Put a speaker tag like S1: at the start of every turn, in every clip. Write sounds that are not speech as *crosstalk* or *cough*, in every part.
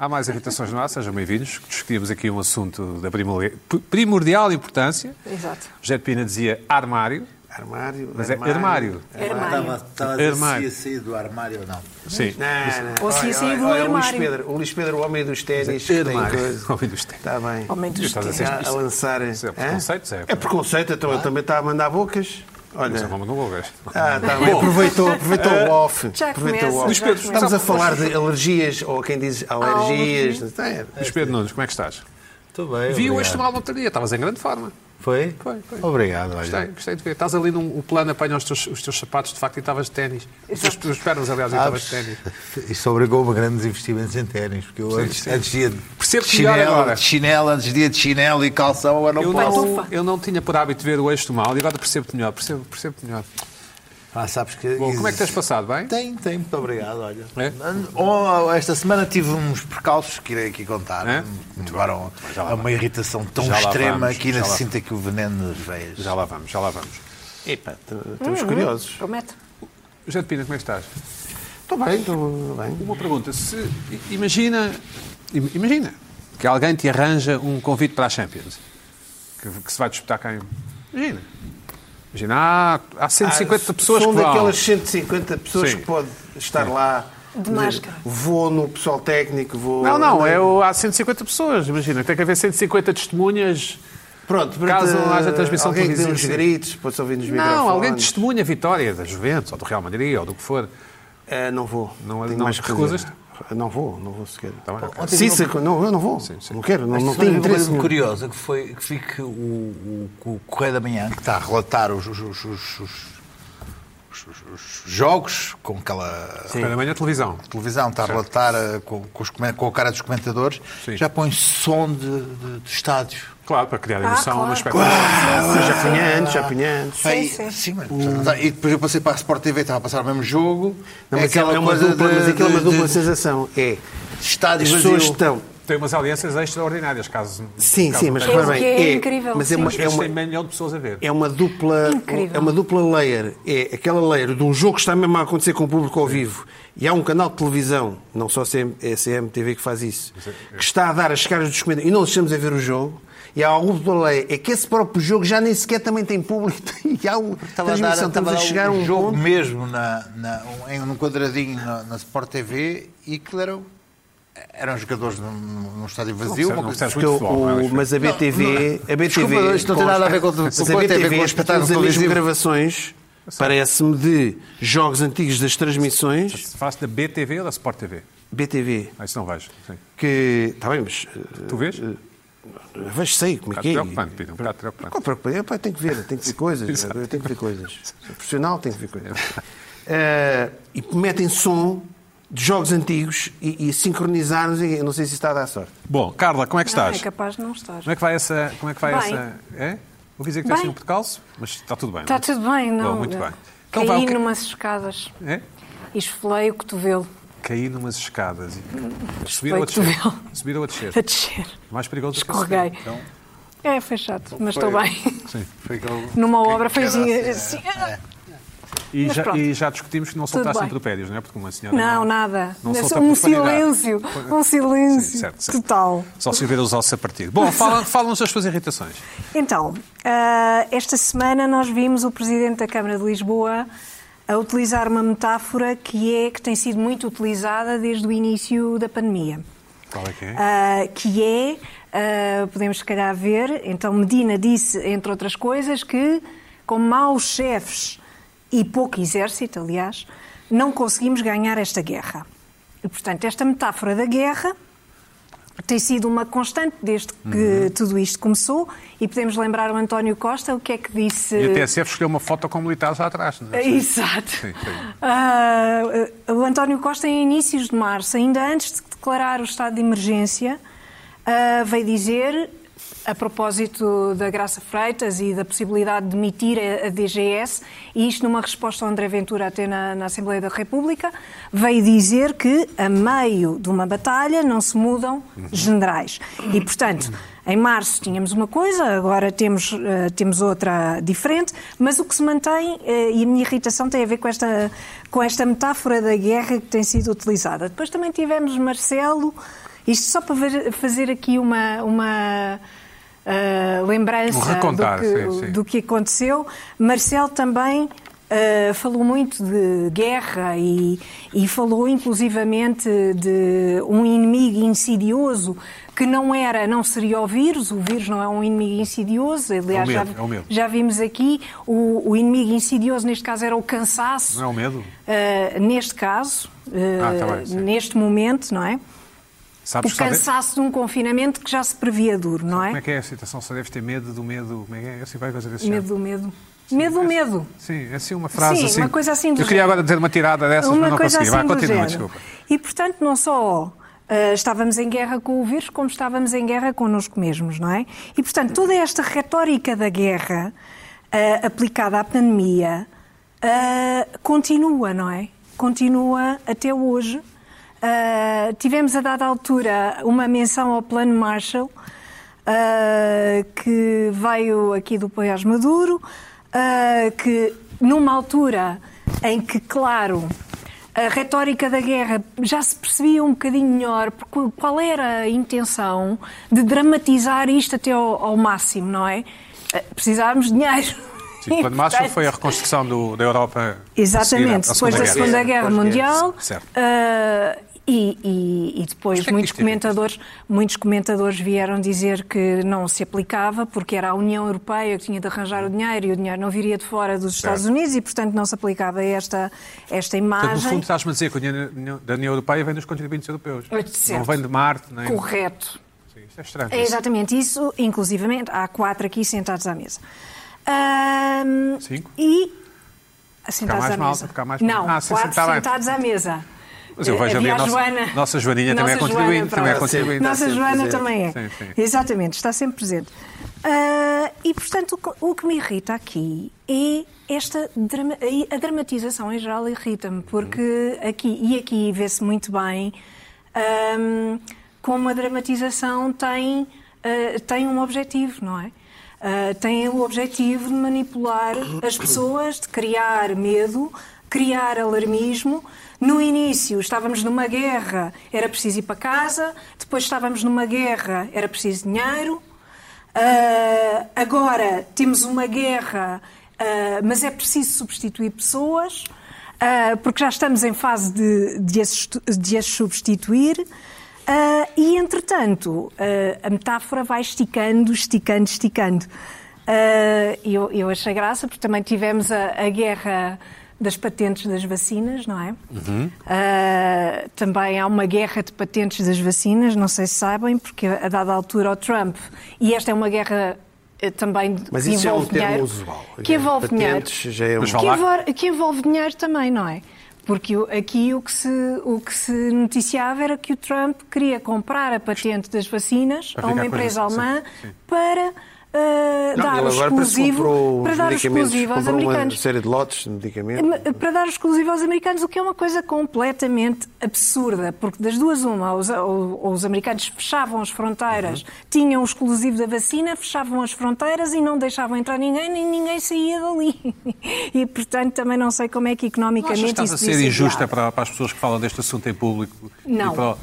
S1: Há mais irritações no ar, sejam bem-vindos. Discutimos aqui um assunto da primole- primordial importância.
S2: Exato.
S1: José de Pina dizia armário.
S3: Armário.
S1: Mas é armário.
S2: Armário.
S3: Estava, estava assim a dizer se
S1: Armário.
S3: ia sair do armário ou não.
S1: Sim.
S3: Não, não.
S2: Ou se ia
S3: Olha,
S2: sair
S3: olha,
S2: do
S3: olha, o Luís
S2: armário.
S3: Pedro, o Luís Pedro, o homem dos ténis. que tem
S1: é Armário.
S3: coisa.
S1: Homem dos tempos.
S3: Está bem.
S2: Homem dos
S1: Estás a
S2: tempos.
S1: ser-
S3: Já a lançar.
S1: Isso é
S3: Hã?
S1: preconceito, Zé.
S3: É preconceito, então ele também está a mandar bocas.
S1: Mas é
S3: Olha.
S1: o nome do Lucas.
S3: Ah, tá bem. Aproveitou, aproveitou o off.
S2: *laughs* já
S3: aproveitou
S2: começa, Ah,
S1: já começa.
S3: Estamos a falar de alergias, ou quem diz alergias. não sei.
S1: Luís Pedro Nunes, como é que estás?
S4: Estou bem.
S1: Vi
S4: obrigado.
S1: hoje mal no outro dia, estavas em grande forma.
S4: Foi?
S1: Foi, foi.
S4: Obrigado, olha.
S1: Gostei, gostei de ver. Estás ali num o plano, apanha os teus, os teus sapatos, de facto, e estavas de ténis. Os teus- As tuas pernas, aliás, e estavas de ténis.
S4: *laughs* Isso obrigou-me a grandes investimentos em ténis, porque eu antes, antes dia de
S1: Percebo que melhor agora.
S4: chinelo, de chinelo, antes dia de chinelo e calção, agora não
S1: Eu
S4: posso.
S1: não, eu não tinha por hábito ver o eixo do mal e agora percebo-te melhor, percebo, percebo melhor.
S4: Ah, sabes que.
S1: Bom, como é que tens passado, bem?
S4: Tem, tem, muito obrigado, olha.
S1: É?
S4: Oh, esta semana tive uns percalços que irei aqui contar.
S1: É?
S4: Me levaram
S1: já lá
S4: a uma irritação tão
S1: Já lá
S4: extrema
S1: vamos,
S4: que
S1: já
S4: ainda
S1: lá
S4: sinta que o veneno nas veias.
S1: Já lá vamos, já lá vamos.
S3: Epá, t- estamos curiosos.
S2: Promete.
S1: José de Pina, como é que estás?
S3: Estou bem, estou bem.
S1: Uma pergunta, se i- imagina, im- imagina que alguém te arranja um convite para a Champions, que, que se vai disputar cá em... Imagina. Imagina, há, há 150
S3: Ah,
S1: pessoas
S3: São
S1: que vão.
S3: daquelas 150 pessoas
S1: Sim.
S3: que pode estar lá.
S2: De máscara.
S3: Vou no pessoal técnico, vou.
S1: Não, não, é o- há 150 pessoas, imagina, tem que haver 150 testemunhas.
S3: Pronto,
S1: Caso não haja transmissão
S3: alguém que dê uns
S1: televisiva, sim.
S3: gritos, pode ouvir nos microfones.
S1: Não, alguém testemunha a vitória da Juventus, ou do Real Madrid, ou do que for.
S3: Ah, não vou.
S1: Não-
S3: Tenho
S1: não
S3: mais que
S1: recusas?
S3: fazer. Não vou, não vou sequer.
S1: Tá bem, ok.
S4: Ontem vi
S3: Cícero, não, eu não vou. Não quero, não, não
S1: é
S4: Não
S3: tenho
S4: tem uma
S3: interesse.
S4: coisa
S3: nenhum.
S4: curiosa que foi que fica o, o, o Correio da Manhã, que está a relatar os, os, os, os- os- os- os jogos com aquela
S1: Cada manhã televisão.
S4: televisão, está a relatar eh, com, com os comen- com a cara dos comentadores,
S1: Sim.
S4: já põe som de, de- de estádio.
S1: Ah, Claro, para criar emoção,
S2: claro.
S1: uma especulação.
S3: Já apanhei antes, já apanhei antes.
S2: Sim,
S4: Aí-
S2: sim.
S4: mas- E depois eu passei para a Sport TV, estava a passar o mesmo jogo.
S3: Não, mas
S4: aquela
S3: é uma
S4: coisa
S3: dupla,
S4: de-
S3: mas aquilo é uma
S4: de-
S3: dupla
S4: de-
S3: sensação. É.
S4: estádio
S3: As
S4: vazio.
S3: pessoas estão.
S1: Tem umas audiências extraordinárias, caso.
S3: Sim,
S1: caso
S3: sim, mas
S1: tenha-
S2: É o
S3: repara
S2: que
S3: bem.
S2: é incrível,
S3: Mas
S2: sim.
S3: é uma,
S1: Mas
S3: é uma,
S1: tem meio milhão de pessoas a ver.
S3: é uma dupla
S2: Incrível.
S3: é uma dupla layer é aquela layer de um jogo que está mesmo a acontecer com o público ao vivo e há um canal de televisão não só a CM, é a CMTV que faz isso
S1: é,
S3: que está a dar as caras dos comentários e não deixamos a ver o jogo e há algum dupla layer é que esse próprio jogo já nem sequer também tem público *laughs* e há o,
S4: Estava a dar,
S3: transmissão
S4: estava
S3: estamos a
S4: dar
S3: chegar a
S4: um,
S3: um
S4: jogo
S3: ponto
S4: mesmo na, na, um, em um quadradinho na, na Sport TV e que eram, eram jogadores num, num estádio vazio.
S1: Não,
S4: uma coisa-
S1: percebes
S3: que eu-
S1: muito futebol, não é,
S3: o- mas a BTV, a BTV
S4: Desculpa, isto não tem nada a ver com o- com o
S3: mas a
S4: Sport TV,
S3: BTV,
S4: com o espetáculo
S3: temos a mesma
S4: televisivo.
S3: é gravações, parece-me de jogos antigos das transmissões,
S1: Se faz da BTV ou da Sport TV?
S3: BTV,
S1: Ah, isso não vejo. Sim.
S3: que está tá bem, mas
S1: Tu vês?
S3: Eu vejo, sei como é
S1: bocado
S3: que é.
S1: preocupante, Pina, um bocado preocupante.
S3: Qual preocupante? Eu, pá, tenho que ver,
S1: *laughs*
S3: tenho que ver coisas.
S1: Exato.
S3: eu tenho que ver coisas. Sou profissional, tenho que ver coisas. *laughs* Eh, e metem som de jogos antigos e, e sincronizar-nos. e Eu não sei se isso está a dar sorte.
S1: Bom, Carla, como é que
S2: Não,
S1: estás?
S2: é capaz de não estar.
S1: Como é que vai essa. Como é que vai
S2: Bem.
S1: essa. É? Ouvi dizer que tens
S2: Bem.
S1: um percalço, mas está tudo bem.
S2: Está
S1: não é?
S2: Tá tudo bem, não? eh,
S1: Bom, muito bem. Então
S2: Caí
S1: vá, o que-
S2: numas escadas
S1: É?
S2: e esfolei o cotovelo
S1: Caí numas escadas e. Subir ou a
S2: Hum, Foi
S1: descer?
S2: tudo.
S1: Subir ou a
S2: *laughs*
S1: descer?
S2: a descer.
S1: Mais perigoso do que
S2: Escorreguei.
S1: subir. Então,
S2: É, foi chato, mas estou bem.
S4: Foi aquele-
S2: Numa obra foi assim.
S4: Queda
S2: assim,
S1: É,
S2: ah,
S1: e,
S2: Mas
S1: já,
S2: pronto.
S1: e já discutimos que não
S2: Tudo
S1: soltaste
S2: bem.
S1: impropérios, não é? Porque uma senhora.
S2: Não, nada.
S1: Não
S2: É só
S1: solta
S2: um
S1: profanidade.
S2: silêncio. Um silêncio
S1: Sim, certo, certo.
S2: total.
S1: Só se ver os ossos a partir. Bom, fala- fala-nos das tuas irritações.
S2: Então, ah, esta semana nós vimos o Presidente da Câmara de Lisboa a utilizar uma metáfora que é que tem sido muito utilizada desde o início da pandemia.
S1: Qual é que é?
S2: Ah, que é, ah, podemos se calhar ver, então Medina disse, entre outras coisas, que com maus chefes e pouco exército, aliás, não conseguimos ganhar esta guerra. E, portanto, esta metáfora da guerra tem sido uma constante desde que tudo isto começou e podemos lembrar o António Costa, o que é que disse...
S1: E a TSF escolheu uma foto com militares lá atrás, não é?
S2: Exato.
S1: Sim, sim.
S2: Ah, o António Costa, em inícios de março, ainda antes de declarar o estado de emergência, ah, veio dizer, a propósito da Graça Freitas e da possibilidade de demitir a, a DGS, e isto numa resposta ao André Ventura até na, na Assembleia da República, veio dizer que a meio de uma batalha não se mudam generais. E, portanto, em março tínhamos uma coisa, agora temos, eh, temos outra diferente, mas o que se mantém, eh, e a minha irritação tem a ver com esta, com esta metáfora da guerra que tem sido utilizada. Depois também tivemos Marcelo Isto só para ver- fazer aqui uma, uma ah, lembrança
S1: Um recontar,
S2: do, que,
S1: sim, sim.
S2: do que aconteceu. Marcel também ah, falou muito de guerra e, e falou inclusivamente de um inimigo insidioso que não era, não seria o vírus, o vírus não é um inimigo insidioso, aliás,
S1: medo,
S2: já,
S1: é o medo.
S2: já vimos aqui, o, o inimigo insidioso neste caso era o cansaço.
S1: Não é o medo?
S2: Uh, neste caso, uh,
S1: Ah, tá bem, sim. Tá,
S2: neste momento, não é?
S1: Sabes,
S2: O
S1: talvez-
S2: cansaço de um confinamento que já se previa duro, não
S1: Como é
S2: é?
S1: que é a citação? Só deves ter medo do medo. Como é que é? Assim vai coisa desse
S2: Medo
S1: género.
S2: do medo. Medo do medo.
S1: Sim, é assim uma frase
S2: Sim,
S1: assim.
S2: uma coisa assim do
S1: Eu queria
S2: género.
S1: agora dizer uma tirada dessas, mas
S2: Uma
S1: não
S2: coisa
S1: consegui.
S2: assim
S1: Vai,
S2: do
S1: continua,
S2: género.
S1: desculpa.
S2: E, portanto, não só ah, estávamos em guerra com o vírus, como estávamos em guerra connosco mesmos, não é? E, portanto, toda esta retórica da guerra ah, aplicada à pandemia ah, continua, não é? Continua até hoje. Ah, tivemos, a dada altura, uma menção ao Plano Marshall, ah, que veio aqui do Paiás Maduro, ah, que numa altura em que, claro, a retórica da guerra já se percebia um bocadinho melhor porque qual era a intenção de dramatizar isto até ao, ao máximo, não é? Eh, Precisávamos de dinheiro.
S1: Sim,
S2: *laughs*
S1: o plano Marshall
S2: Portanto,
S1: foi a reconstrução do- da Europa.
S2: Exatamente, depois da Segunda Guerra
S3: Depois da-
S2: Mundial.
S1: Certo.
S2: eh, e, e- e depois
S1: Isto é-
S2: muitos
S1: isto é-
S2: comentadores, muitos comentadores vieram dizer que não se aplicava porque era a União Europeia que tinha de arranjar o dinheiro e o dinheiro não viria de fora dos Estados Unidos e portanto não se aplicava esta esta imagem.
S1: Portanto, no fundo, estás-me a dizer que a União, da União Europeia vem dos contribuintes europeus.
S2: É certo.
S1: Não é? vem de Marte, nem.
S2: Correto.
S1: Sim, Isto é estranho.
S2: É exatamente isso, inclusivamente há quatro aqui sentados à mesa. Ahm,
S1: Cinco?
S2: E. Sentados
S1: mais
S2: à
S1: malta,
S2: mesa.
S1: ficar mais malta.
S2: Não,
S1: Ah, sim,
S2: quatro
S1: sim, tá bem.
S2: sentados à mesa.
S1: Mas eu vejo ali
S2: Havia
S1: a nossa-
S2: é Joana.
S1: nossa Joaninha também é
S2: Nossa
S1: contribuinte,
S2: Joana,
S1: também é
S2: pronto.
S1: contribuinte.
S2: Nossa
S3: Está sempre
S2: Joana
S3: presente.
S2: também é.
S1: Sim, sim.
S2: Exatamente, está sempre presente. Ah, e, portanto, o que- o que me irrita aqui é esta drama- a dramatização em geral irrita-me, porque aqui e aqui vê-se muito bem ahm, como a dramatização tem, ah, tem um objetivo, não é? Ah, tem o objetivo de manipular as pessoas, de criar medo, criar alarmismo. No início estávamos numa guerra, era preciso ir para casa, depois estávamos numa guerra, era preciso dinheiro. Ah, agora temos uma guerra, ah, mas é preciso substituir pessoas, ah, porque já estamos em fase de, de as, estu- de as substituir. Ah, e, entretanto, ah, a metáfora vai esticando, esticando, esticando. Ah, eu, eu achei graça, porque também tivemos a, a guerra das patentes das vacinas, não é?
S3: Uhum.
S2: Ah, também há uma guerra de patentes das vacinas, não sei se sabem, porque a dada altura o Trump, e esta é uma guerra eh, também
S3: Mas
S2: que
S3: isso é um
S2: envolve
S3: termo
S2: dinheiro,
S3: usual. É,
S2: que envolve
S3: Patentes
S2: dinheiro
S3: já é um...
S1: Mas
S2: que,
S1: Vá lá.
S2: envol- que envolve dinheiro também, não é? Porque o- aqui o que, se, o que se noticiava era que o Trump queria comprar a patente das vacinas
S1: Para
S2: a uma
S1: ficar com as-
S2: empresa
S1: sim,
S2: alemã
S1: sim.
S2: para ah,
S3: Não,
S2: dar
S3: ele
S2: o
S3: agora parece que comprou
S2: exclusivo,
S3: uns
S2: para dar o
S3: medicamentos,
S2: exclusivo aos
S3: comprou
S2: americanos.
S3: uma série de lotes de medicamentos.
S2: Ma- eh, para dar exclusivo aos americanos, o que é uma coisa completamente absurda, porque das duas uma, ou os, ou- ou os americanos fechavam as fronteiras,
S1: Uhum.
S2: tinham o exclusivo da vacina, fechavam as fronteiras e não deixavam entrar ninguém, nem ninguém saía dali. *laughs* E, portanto, também não sei como é que
S1: Não achas
S2: economicamente
S1: que estás
S2: isso
S1: a
S2: devia
S1: ser injusta
S2: viável.
S1: para, para as pessoas que falam deste assunto em público? e
S2: Não.
S1: para o-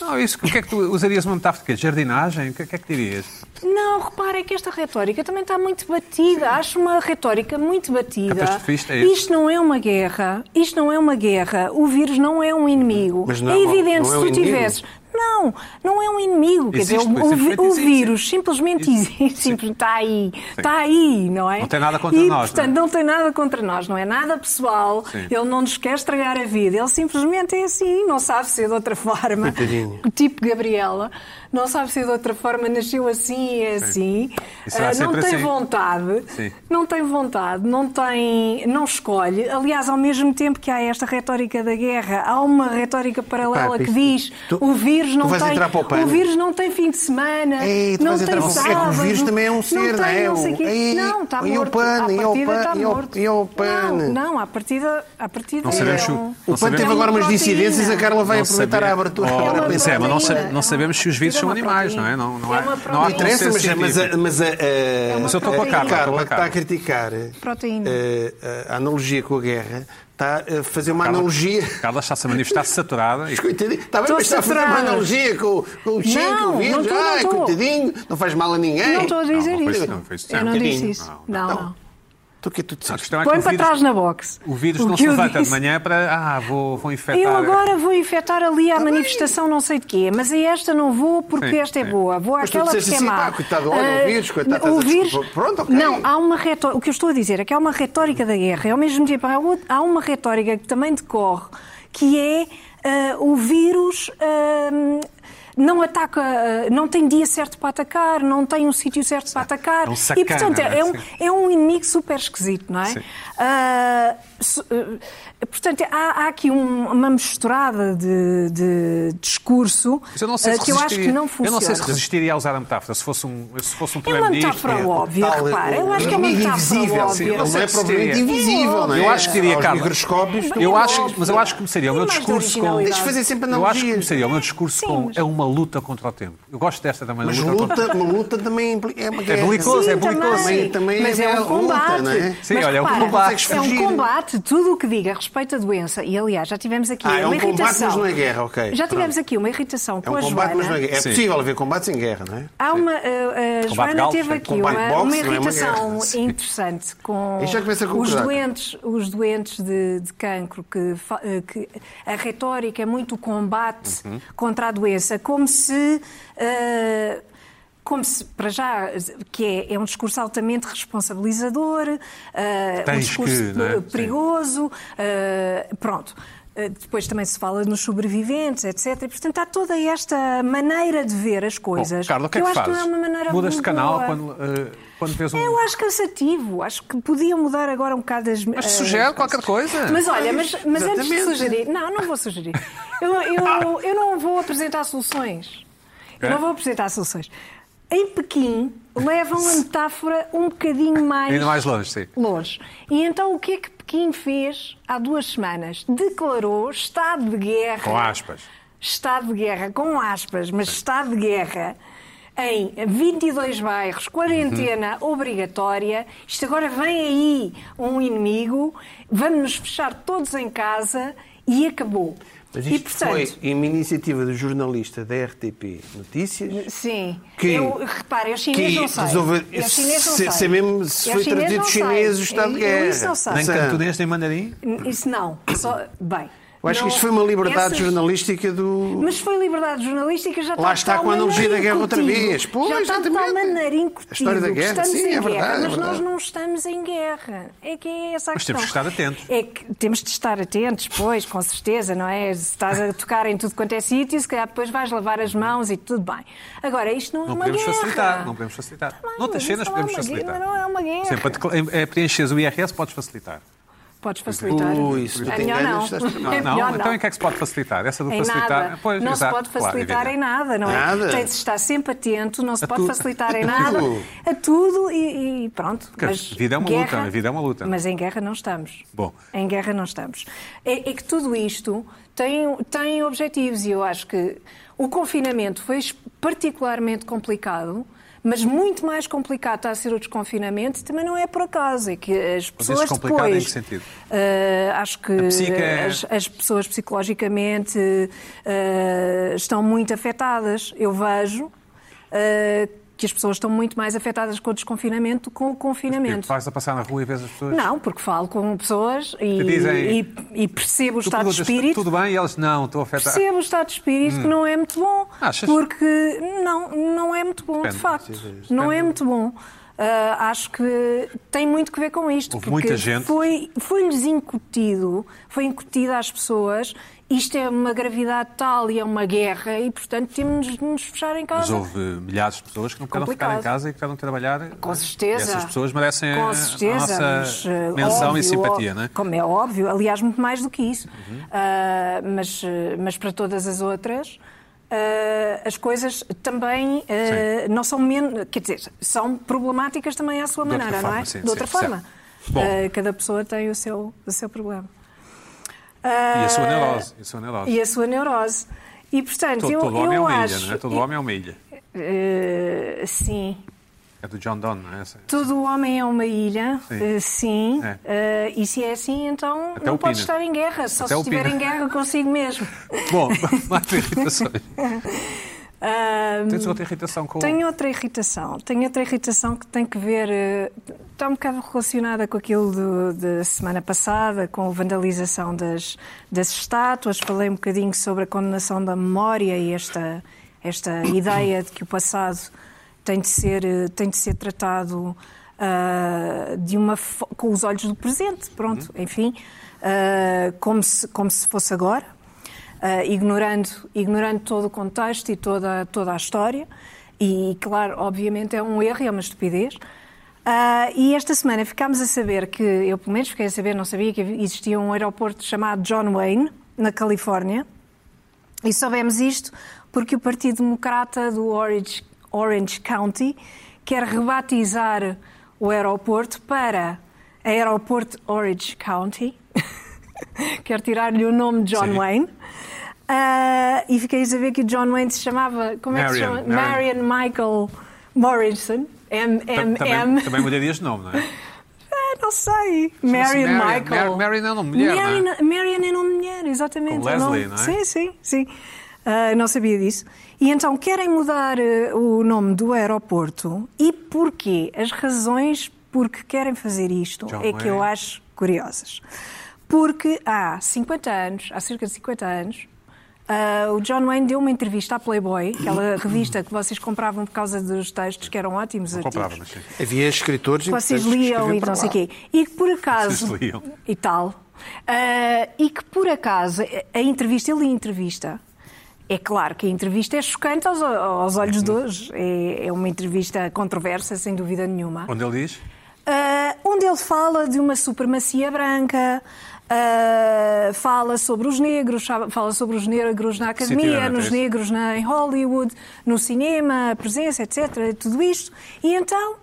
S1: Não, isso, o que é que tu usarias uma metáfora de quê? Jardinagem? O que, o que é que dirias?
S2: Não, repara é que esta retórica também está muito batida. Acho uma retórica muito batida.
S1: Catastrofista é isso.
S2: isto não é uma guerra. Isto não é uma guerra. O vírus não é um inimigo.
S3: Mas não
S2: é
S3: é uma-
S2: evidente
S3: não
S2: se
S3: é um
S2: tu
S3: inimigo?
S2: tivesses. Não, não é um inimigo. Quer dizer,
S1: Existe,
S2: o, o vi-
S1: simplesmente
S2: o
S1: existe.
S2: vírus simplesmente
S1: Existe.
S2: existe. Simplesmente está aí. Está aí, não é?
S1: Não tem nada contra
S2: e,
S1: nós,
S2: Portanto,
S1: não é?
S2: não tem nada contra nós. Não é nada pessoal.
S1: Sim.
S2: Ele não nos quer estragar a vida. Ele simplesmente é assim. Não sabe ser de outra forma.
S3: Coitadinho.
S2: O tipo Gabriela, não sabe ser de outra forma, nasceu assim, é assim,
S1: E será
S2: Ah, não
S1: sempre
S2: tem
S1: assim.
S2: vontade,
S1: Sim.
S2: não tem vontade, não tem, não escolhe. Aliás, ao mesmo tempo que há esta retórica da guerra, há uma retórica paralela
S3: Pá,
S2: que
S3: isto-
S2: diz
S3: tu-
S2: o vírus
S3: tu
S2: não
S3: vais
S2: tem,
S3: entrar para o pano.
S2: o vírus não tem fim de semana,
S3: Ei, tu
S2: não
S3: vais
S2: tem
S3: entrar para o pano. É que o
S2: sábado,
S3: vírus também é um
S2: não tem
S3: ser, não é?
S2: Não, sei
S3: O-
S2: quê.
S3: Ei,
S2: não, está
S3: e o
S2: morto.
S3: pano,
S2: à
S3: e o
S2: partida
S3: pano,
S2: está
S3: e o-
S2: morto.
S3: e o pano.
S2: Não, não, à partida, à partida
S1: Não sabemos se
S2: é
S1: o-
S2: um...
S1: não
S3: O PAN
S1: sabemos.
S3: teve
S2: é uma
S3: agora umas
S2: proteína.
S3: dissidências, a Carla vai
S1: Não
S3: aproveitar
S1: sabia.
S3: a abertura.
S1: Oh,
S2: É uma
S1: Zé, mas não, sa-
S2: proteína.
S1: não sabemos se os vírus
S2: É
S1: são
S2: uma
S1: animais, não
S2: proteína.
S1: é? Não, não
S2: É
S1: há-
S2: uma
S1: não há
S2: proteína.
S1: interesse,
S3: interessa, mas, mas, a-
S1: científico.
S3: mas a, a-
S2: É
S1: é,
S2: uma
S1: Mas eu estou com a
S3: a
S1: Carla, estou com a
S3: que é está a
S1: Carla.
S3: criticar
S2: Proteína.
S3: eh, a analogia com a guerra está a fazer uma analogia. *laughs*
S1: Carla está-se a manifestar saturada. E...
S3: Coitadinho, está bem,
S2: Estou
S3: mas está a fazer uma
S2: saturada.
S3: analogia com, com o Chico,
S2: Não,
S3: o
S2: não
S3: vírus.
S2: estou, não
S3: Ai,
S2: estou.
S3: coitadinho, não faz mal a ninguém.
S2: Não estou a dizer
S1: não foi
S2: isso.
S1: isso, não foi isso.
S2: Eu
S1: Não,
S2: não disse
S3: bocadinho.
S2: isso. Não, não.
S3: Tu que tu
S1: A
S3: disseste.
S1: questão é que
S2: Põe
S1: o
S2: para
S1: vírus,
S2: trás na box.
S1: o vírus
S2: O
S1: não
S2: que
S1: se
S2: eu
S1: levanta de
S2: disse.
S1: manhã para. Ah, vou, vou infectar.
S2: Eu agora vou infectar ali a manifestação não sei de quê, mas a esta não vou porque
S1: Sim,
S2: esta é
S1: sim.
S2: boa, vou
S3: Mas tu
S2: àquela porque
S3: disseste
S2: é
S3: assim,
S2: má.
S3: pá, coitado, olha, o
S2: Ah,
S3: vírus, coitado, estás
S2: o
S3: a
S2: vírus-
S3: desculpa. Pronto, ok.
S2: Não, há uma retórica, o que eu estou a dizer é que há uma retórica da guerra, e ao mesmo tempo há outra- há uma retórica que também decorre, que é ah, o vírus... ah, não ataca, ah, não tem dia certo para atacar, não tem um sítio certo para atacar.
S1: é um
S2: e
S1: sacana,
S2: portanto é, é um,
S1: sim.
S2: é um inimigo super esquisito, não é?
S1: Sim.
S2: Ah, se- ah, portanto, há, há aqui um- uma misturada de, de discurso
S1: Mas eu não sei
S2: ah,
S1: se
S2: que eu acho que
S1: resistiria-
S2: não
S1: Eu
S2: funciona.
S1: não sei se resistiria a usar a metáfora. Se fosse um, se fosse um
S2: é uma
S1: primeiro-ministro-
S2: metáfora óbvia,
S3: Tal,
S2: repara. Eu
S3: o
S2: acho que é uma
S3: inimigo
S2: metáfora
S3: invisível, sim,
S2: óbvia.
S3: Não
S1: sei
S3: é
S1: se
S3: propriamente
S1: seria.
S3: invisível, não é?
S1: Eu acho que diria,
S3: Aos
S1: Carla.
S3: microscópios.
S1: Eu
S2: Mas é
S1: acho,
S2: óbvio.
S1: mas eu acho que começaria o meu
S2: E mais de
S1: discurso com.
S2: originalidade.
S3: Tens de fazer sempre
S1: Eu acho que
S3: analogias.
S1: começaria o meu discurso
S2: Sim,
S1: com.
S2: mas-
S1: É uma luta contra o tempo. Eu gosto desta também. da
S3: Mas
S1: luta contra o
S3: luta, uma luta também implica- é uma guerra.
S1: belicoso,
S2: Sim,
S1: é
S2: também,
S1: belicoso.
S3: Também- também
S2: mas
S3: é
S2: é, um
S3: bela luta,
S2: combate.
S3: não é?
S1: Sim,
S2: Mas
S1: olha, é um
S2: repara,
S3: combate.
S2: É um
S3: Fugir.
S2: combate. Tudo o que diga respeito à doença, e aliás, já tivemos aqui
S3: Ah, é
S2: uma
S3: um combate,
S2: irritação.
S3: mas não é guerra, ok.
S2: Já tivemos aqui uma irritação
S3: É
S2: com
S3: um
S2: a
S3: combate, mas não é
S2: Joana.
S3: guerra. É
S1: Sim.
S3: possível haver combate sem guerra, não é?
S2: Há uma, a- a Joana
S1: Galo,
S2: teve
S1: sim.
S2: aqui
S3: Combate
S2: uma,
S3: boxe,
S2: uma
S3: não é uma
S2: irritação
S3: guerra, sim.
S2: interessante com
S3: Aí já começa a
S2: os
S3: concordar.
S2: doentes, os doentes de, de cancro, que, fa- eh, que a retórica é muito o combate
S3: Uhum.
S2: contra a doença, como se. eh, como se, para já, que é, é um discurso altamente responsabilizador, eh, um
S1: Tens
S2: discurso
S1: que, não é?
S2: eh, perigoso, eh, pronto. Eh, Depois também se fala nos sobreviventes, etc. E, portanto, há toda esta maneira de ver as
S1: Bom,
S2: coisas.
S1: Carla, o que é
S2: eu
S1: que
S2: acho que
S1: fazes?
S2: não é uma maneira
S1: Mudas de
S2: muito
S1: canal
S2: boa. É,
S1: quando, eh, quando vês um.
S2: Eu acho cansativo. Acho que podia mudar agora um bocado as.
S1: Mas
S2: as
S1: sugere
S2: coisas.
S1: qualquer coisa.
S2: Mas olha, mas, mas antes de
S3: Exatamente.
S2: sugerir. Não, não vou sugerir. Eu,
S1: *laughs*
S2: eu, eu não vou apresentar soluções. Eu
S1: É?
S2: não vou apresentar soluções. Em Pequim, levam a metáfora um bocadinho mais.
S1: Ainda mais longe, sim.
S2: Longe. E então o que é que Pequim fez há duas semanas? Declarou estado de guerra.
S1: Com aspas.
S2: Estado de guerra, com aspas, mas estado de guerra em 22 bairros, quarentena
S3: Uhum.
S2: obrigatória. Isto agora vem aí um inimigo, vamos nos fechar todos em casa e acabou.
S3: Mas
S2: e
S3: isto foi uma iniciativa do jornalista da RTP Notícias.
S2: Sim.
S3: Que-
S2: eu, repara, eu chinês
S3: Que
S2: não sei.
S3: resolveu.
S2: Eu chinês não sei.
S3: Se, se mesmo se
S2: Eu
S3: foi
S2: chinês
S3: traduzido
S2: não
S3: de
S2: sei.
S3: chinês, o Estado de
S2: Eu- eu
S3: Guerra.
S2: isso não sei.
S1: Nem
S3: Sim.
S1: cantonês, nem
S2: É
S1: mandarim.
S2: Isso não. Só, bem.
S3: Eu acho
S2: não-
S3: que isto foi uma liberdade
S2: essas-
S3: jornalística do.
S2: Mas foi liberdade jornalística, já está
S3: Lá
S2: de
S3: está
S2: tal
S3: com a analogia
S2: maneira
S3: da guerra outra
S2: incutido.
S3: vez. Pois,
S2: já está de tal
S3: exatamente.
S2: maneira
S3: A história
S2: incutido
S3: da
S2: que
S3: guerra,
S2: estamos
S3: sim,
S2: em
S3: é
S2: guerra,
S3: verdade, é
S2: mas nós
S3: verdade.
S2: não estamos em guerra. É que é essa a
S1: Mas
S2: questão.
S1: temos que estar atentos.
S2: É que temos de estar atentos, pois, com certeza, não é? Se estás a tocar em tudo quanto é sítio, se calhar depois vais lavar as mãos e tudo bem. Agora, isto não, é
S1: Não
S2: uma
S1: podemos
S2: guerra.
S1: facilitar. Não podemos facilitar.
S2: Também, mas
S1: Noutras
S2: isso
S1: cenas
S2: não é
S1: podemos
S2: uma guerra,
S1: facilitar.
S2: não é uma guerra.
S1: Sempre a decla- em- a preencheres é o IRS, podes facilitar.
S2: Podes facilitar.
S3: Ui, se tu
S2: é
S3: te
S2: melhor
S3: enganas,
S2: não.
S3: estás tramado.
S2: É
S1: Não,
S2: melhor
S1: então em que é que se pode facilitar? Essa do
S2: Em
S1: facilitar.
S2: nada.
S1: Pois,
S2: não se
S1: exato,
S2: pode
S1: claro,
S2: facilitar
S1: evidente.
S2: em nada, não é?
S3: Nada.
S2: Tem de estar sempre atento, não se
S1: A
S2: pode
S1: tudo. *laughs*
S2: facilitar em nada, a tudo e, e pronto.
S1: Porque a
S2: Mas
S1: vida é uma
S2: guerra-
S1: luta, a vida é uma luta.
S2: Mas em guerra não estamos.
S1: Bom.
S2: Em guerra não estamos. É, é que tudo isto tem, tem objetivos e eu acho que o confinamento foi es- particularmente complicado. Mas muito mais complicado está a ser o desconfinamento, e também não é por acaso, é que as pessoas
S1: complicado em
S2: depois...
S1: que sentido?
S2: eh, acho que
S1: psique é-
S2: as, as pessoas psicologicamente eh, estão muito afetadas. Eu vejo eh, que as pessoas estão muito mais afetadas com o desconfinamento do que com o
S1: Tipo,
S2: confinamento.
S1: Vais a passar na rua e vês as pessoas.
S2: Não, porque falo com pessoas e,
S1: Te dizem-
S2: e- e percebo o
S1: Tu
S2: estado de
S1: perguntas,
S2: espírito.
S1: Tudo bem? E eles, não, estou afetado.
S2: Percebo o estado de espírito que não é muito bom.
S1: Hum. Achas?
S2: Porque não, não é muito bom,
S1: Depende.
S2: de facto. Não é muito bom. Ah, acho que tem muito que ver com isto.
S1: Houve
S2: porque
S1: muita gente.
S2: Foi, foi-lhes incutido, foi incutido às pessoas, isto é uma gravidade tal e é uma guerra e, portanto, temos de nos fechar em
S1: Mas
S2: casa.
S1: houve milhares de pessoas que não puderam
S2: Complicado.
S1: ficar em casa e que puderam trabalhar.
S2: Com certeza.
S1: E essas pessoas merecem
S2: Com
S1: a-
S2: certeza,
S1: a
S2: mas,
S1: nossa
S2: eh,
S1: menção
S2: óbvio,
S1: e simpatia,
S2: ó-
S1: não é? Uhum.
S2: Como é óbvio, aliás, muito mais do que isso. Ah, mas, eh, mas para todas as outras, ah, as coisas também eh, não são menos. Quer dizer, são problemáticas também à sua
S1: De outra
S2: maneira, não
S1: forma,
S2: é?
S1: sim,
S2: de outra
S1: sim,
S2: forma.
S1: certo. Bom.
S2: Ah, cada pessoa tem o seu, o seu problema.
S1: E a sua
S2: Ah,
S1: neurose. E a sua neurose.
S2: E a sua neurose. E portanto,
S1: Todo,
S2: eu,
S1: todo homem
S2: eu
S1: é uma
S2: acho.
S1: ilha, não é? Todo homem é uma ilha.
S2: Eh, sim.
S1: É do John Donne, não é essa?
S2: Todo homem é uma ilha,
S1: Sim.
S2: eh, sim.
S1: É.
S2: eh, e se é assim, então
S1: Até
S2: não
S1: o
S2: pode
S1: Pina.
S2: estar em guerra. Só
S1: Até
S2: se
S1: o
S2: estiver
S1: Pina.
S2: em guerra
S1: *laughs*
S2: consigo mesmo.
S1: Bom, mais irritações.
S2: Ah,
S1: Tens outra irritação com
S2: Tenho outra irritação. Tenho outra irritação que tem que ver. eh, Está um bocado relacionada com aquilo do- da semana passada, com a vandalização das, das estátuas. Falei um bocadinho sobre a condenação da memória e esta, esta ideia de que o passado tem de ser, eh, tem de ser tratado ah, de uma, fo- com os olhos do presente, pronto, enfim, ah, como, se, como se fosse agora. Uh, ignorando, ignorando todo o contexto e toda, toda a história. E, claro, obviamente é um erro e é uma estupidez. Uh, e esta semana ficámos a saber que, eu pelo menos fiquei a saber, não sabia que existia um aeroporto chamado John Wayne, na Califórnia. E soubemos isto porque o Partido Democrata do Orange, Orange County quer rebatizar o aeroporto para Aeroporto Orange County. *laughs* quer tirar-lhe o nome de John
S1: Sim.
S2: Wayne. Ah, e fiquei a saber que o John Wayne se chamava. Como é que se
S1: Marion,
S2: chama?
S1: Marion.
S2: Marion Michael Morrison.
S1: Tam-
S2: MMM.
S1: Também, também mudarias de nome, não é?
S2: Ah, não sei. Marion
S1: Marion.
S2: Michael.
S1: Mar- Marion é um nome de mulher,
S2: Marion,
S1: não
S2: Marion é um nome de mulher, exatamente.
S1: Com
S2: É um
S1: Leslie,
S2: nome-
S1: não é?
S2: Sim, sim, sim. Ah, não sabia disso. E então querem mudar eh, o nome do aeroporto. E porquê? As razões por que querem fazer isto
S1: John
S2: é que eu
S1: Wayne.
S2: acho curiosas. Porque há 50 anos, há cerca de 50 anos, ah, o John Wayne deu uma entrevista à Playboy, aquela revista que vocês compravam por causa dos textos que eram ótimos
S1: Não
S2: artigos
S1: comprava, mas sim.
S3: Havia escritores
S2: que vocês
S3: importantes que
S2: liam
S3: escreviam
S2: e
S3: para
S2: não sei o
S3: lá.
S2: quê. E que por acaso.
S1: Vocês liam.
S2: E tal. Ah, e que por acaso, a entrevista, eu li a entrevista. É claro que a entrevista é chocante aos, aos
S3: Uhum.
S2: olhos de hoje. É, é uma entrevista controversa, sem dúvida nenhuma.
S1: Onde ele diz?
S2: Ah, onde ele fala de uma supremacia branca, ah, fala sobre os negros, sabe- fala sobre os negros na
S1: Sim,
S2: academia,
S1: sim,
S2: nos
S1: sim.
S2: negros na, em Hollywood, no cinema, a presença, etc. Tudo isto. E então,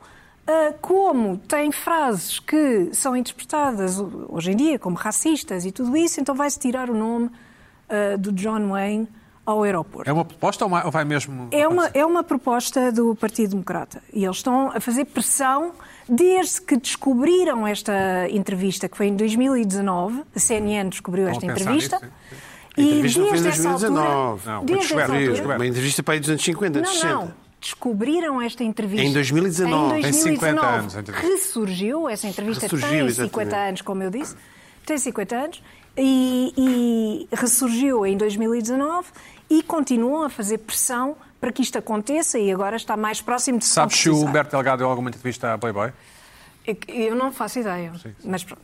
S2: ah, como tem frases que são interpretadas ho- hoje em dia como racistas e tudo isso, então vai-se tirar o nome ah, do John Wayne ao aeroporto.
S1: É uma proposta ou uma- ou vai mesmo.
S2: É uma,
S1: acontecer?
S2: é uma proposta do Partido Democrata e eles estão a fazer pressão desde que descobriram esta entrevista, que foi em 2019, a CNN descobriu
S1: Estão
S2: esta
S1: a pensar
S2: entrevista.
S1: nisso, sim,
S2: E
S3: entrevista não foi em
S2: desde essa
S3: 2019.
S2: altura,
S1: Não, foi
S2: desde essa
S1: descoberta,
S2: altura-
S1: descoberta.
S3: Uma entrevista para aí dos anos 50,
S2: não,
S3: 60.
S2: não. Descobriram esta entrevista.
S3: Em 2019.
S2: Em
S1: Tem 50
S2: 2019.
S1: anos a entrevista.
S2: Ressurgiu. Essa entrevista tem
S3: Ressurgiu,
S2: 50
S3: exatamente.
S2: anos, como eu disse. Tem 50 anos. E, e ressurgiu em 2019 e continuam a fazer pressão para que isto aconteça e agora está mais próximo de se
S1: Sabes se o
S2: concretizar.
S1: Humberto Delgado deu alguma entrevista à Playboy?
S2: É que Eu não faço ideia, mas pronto.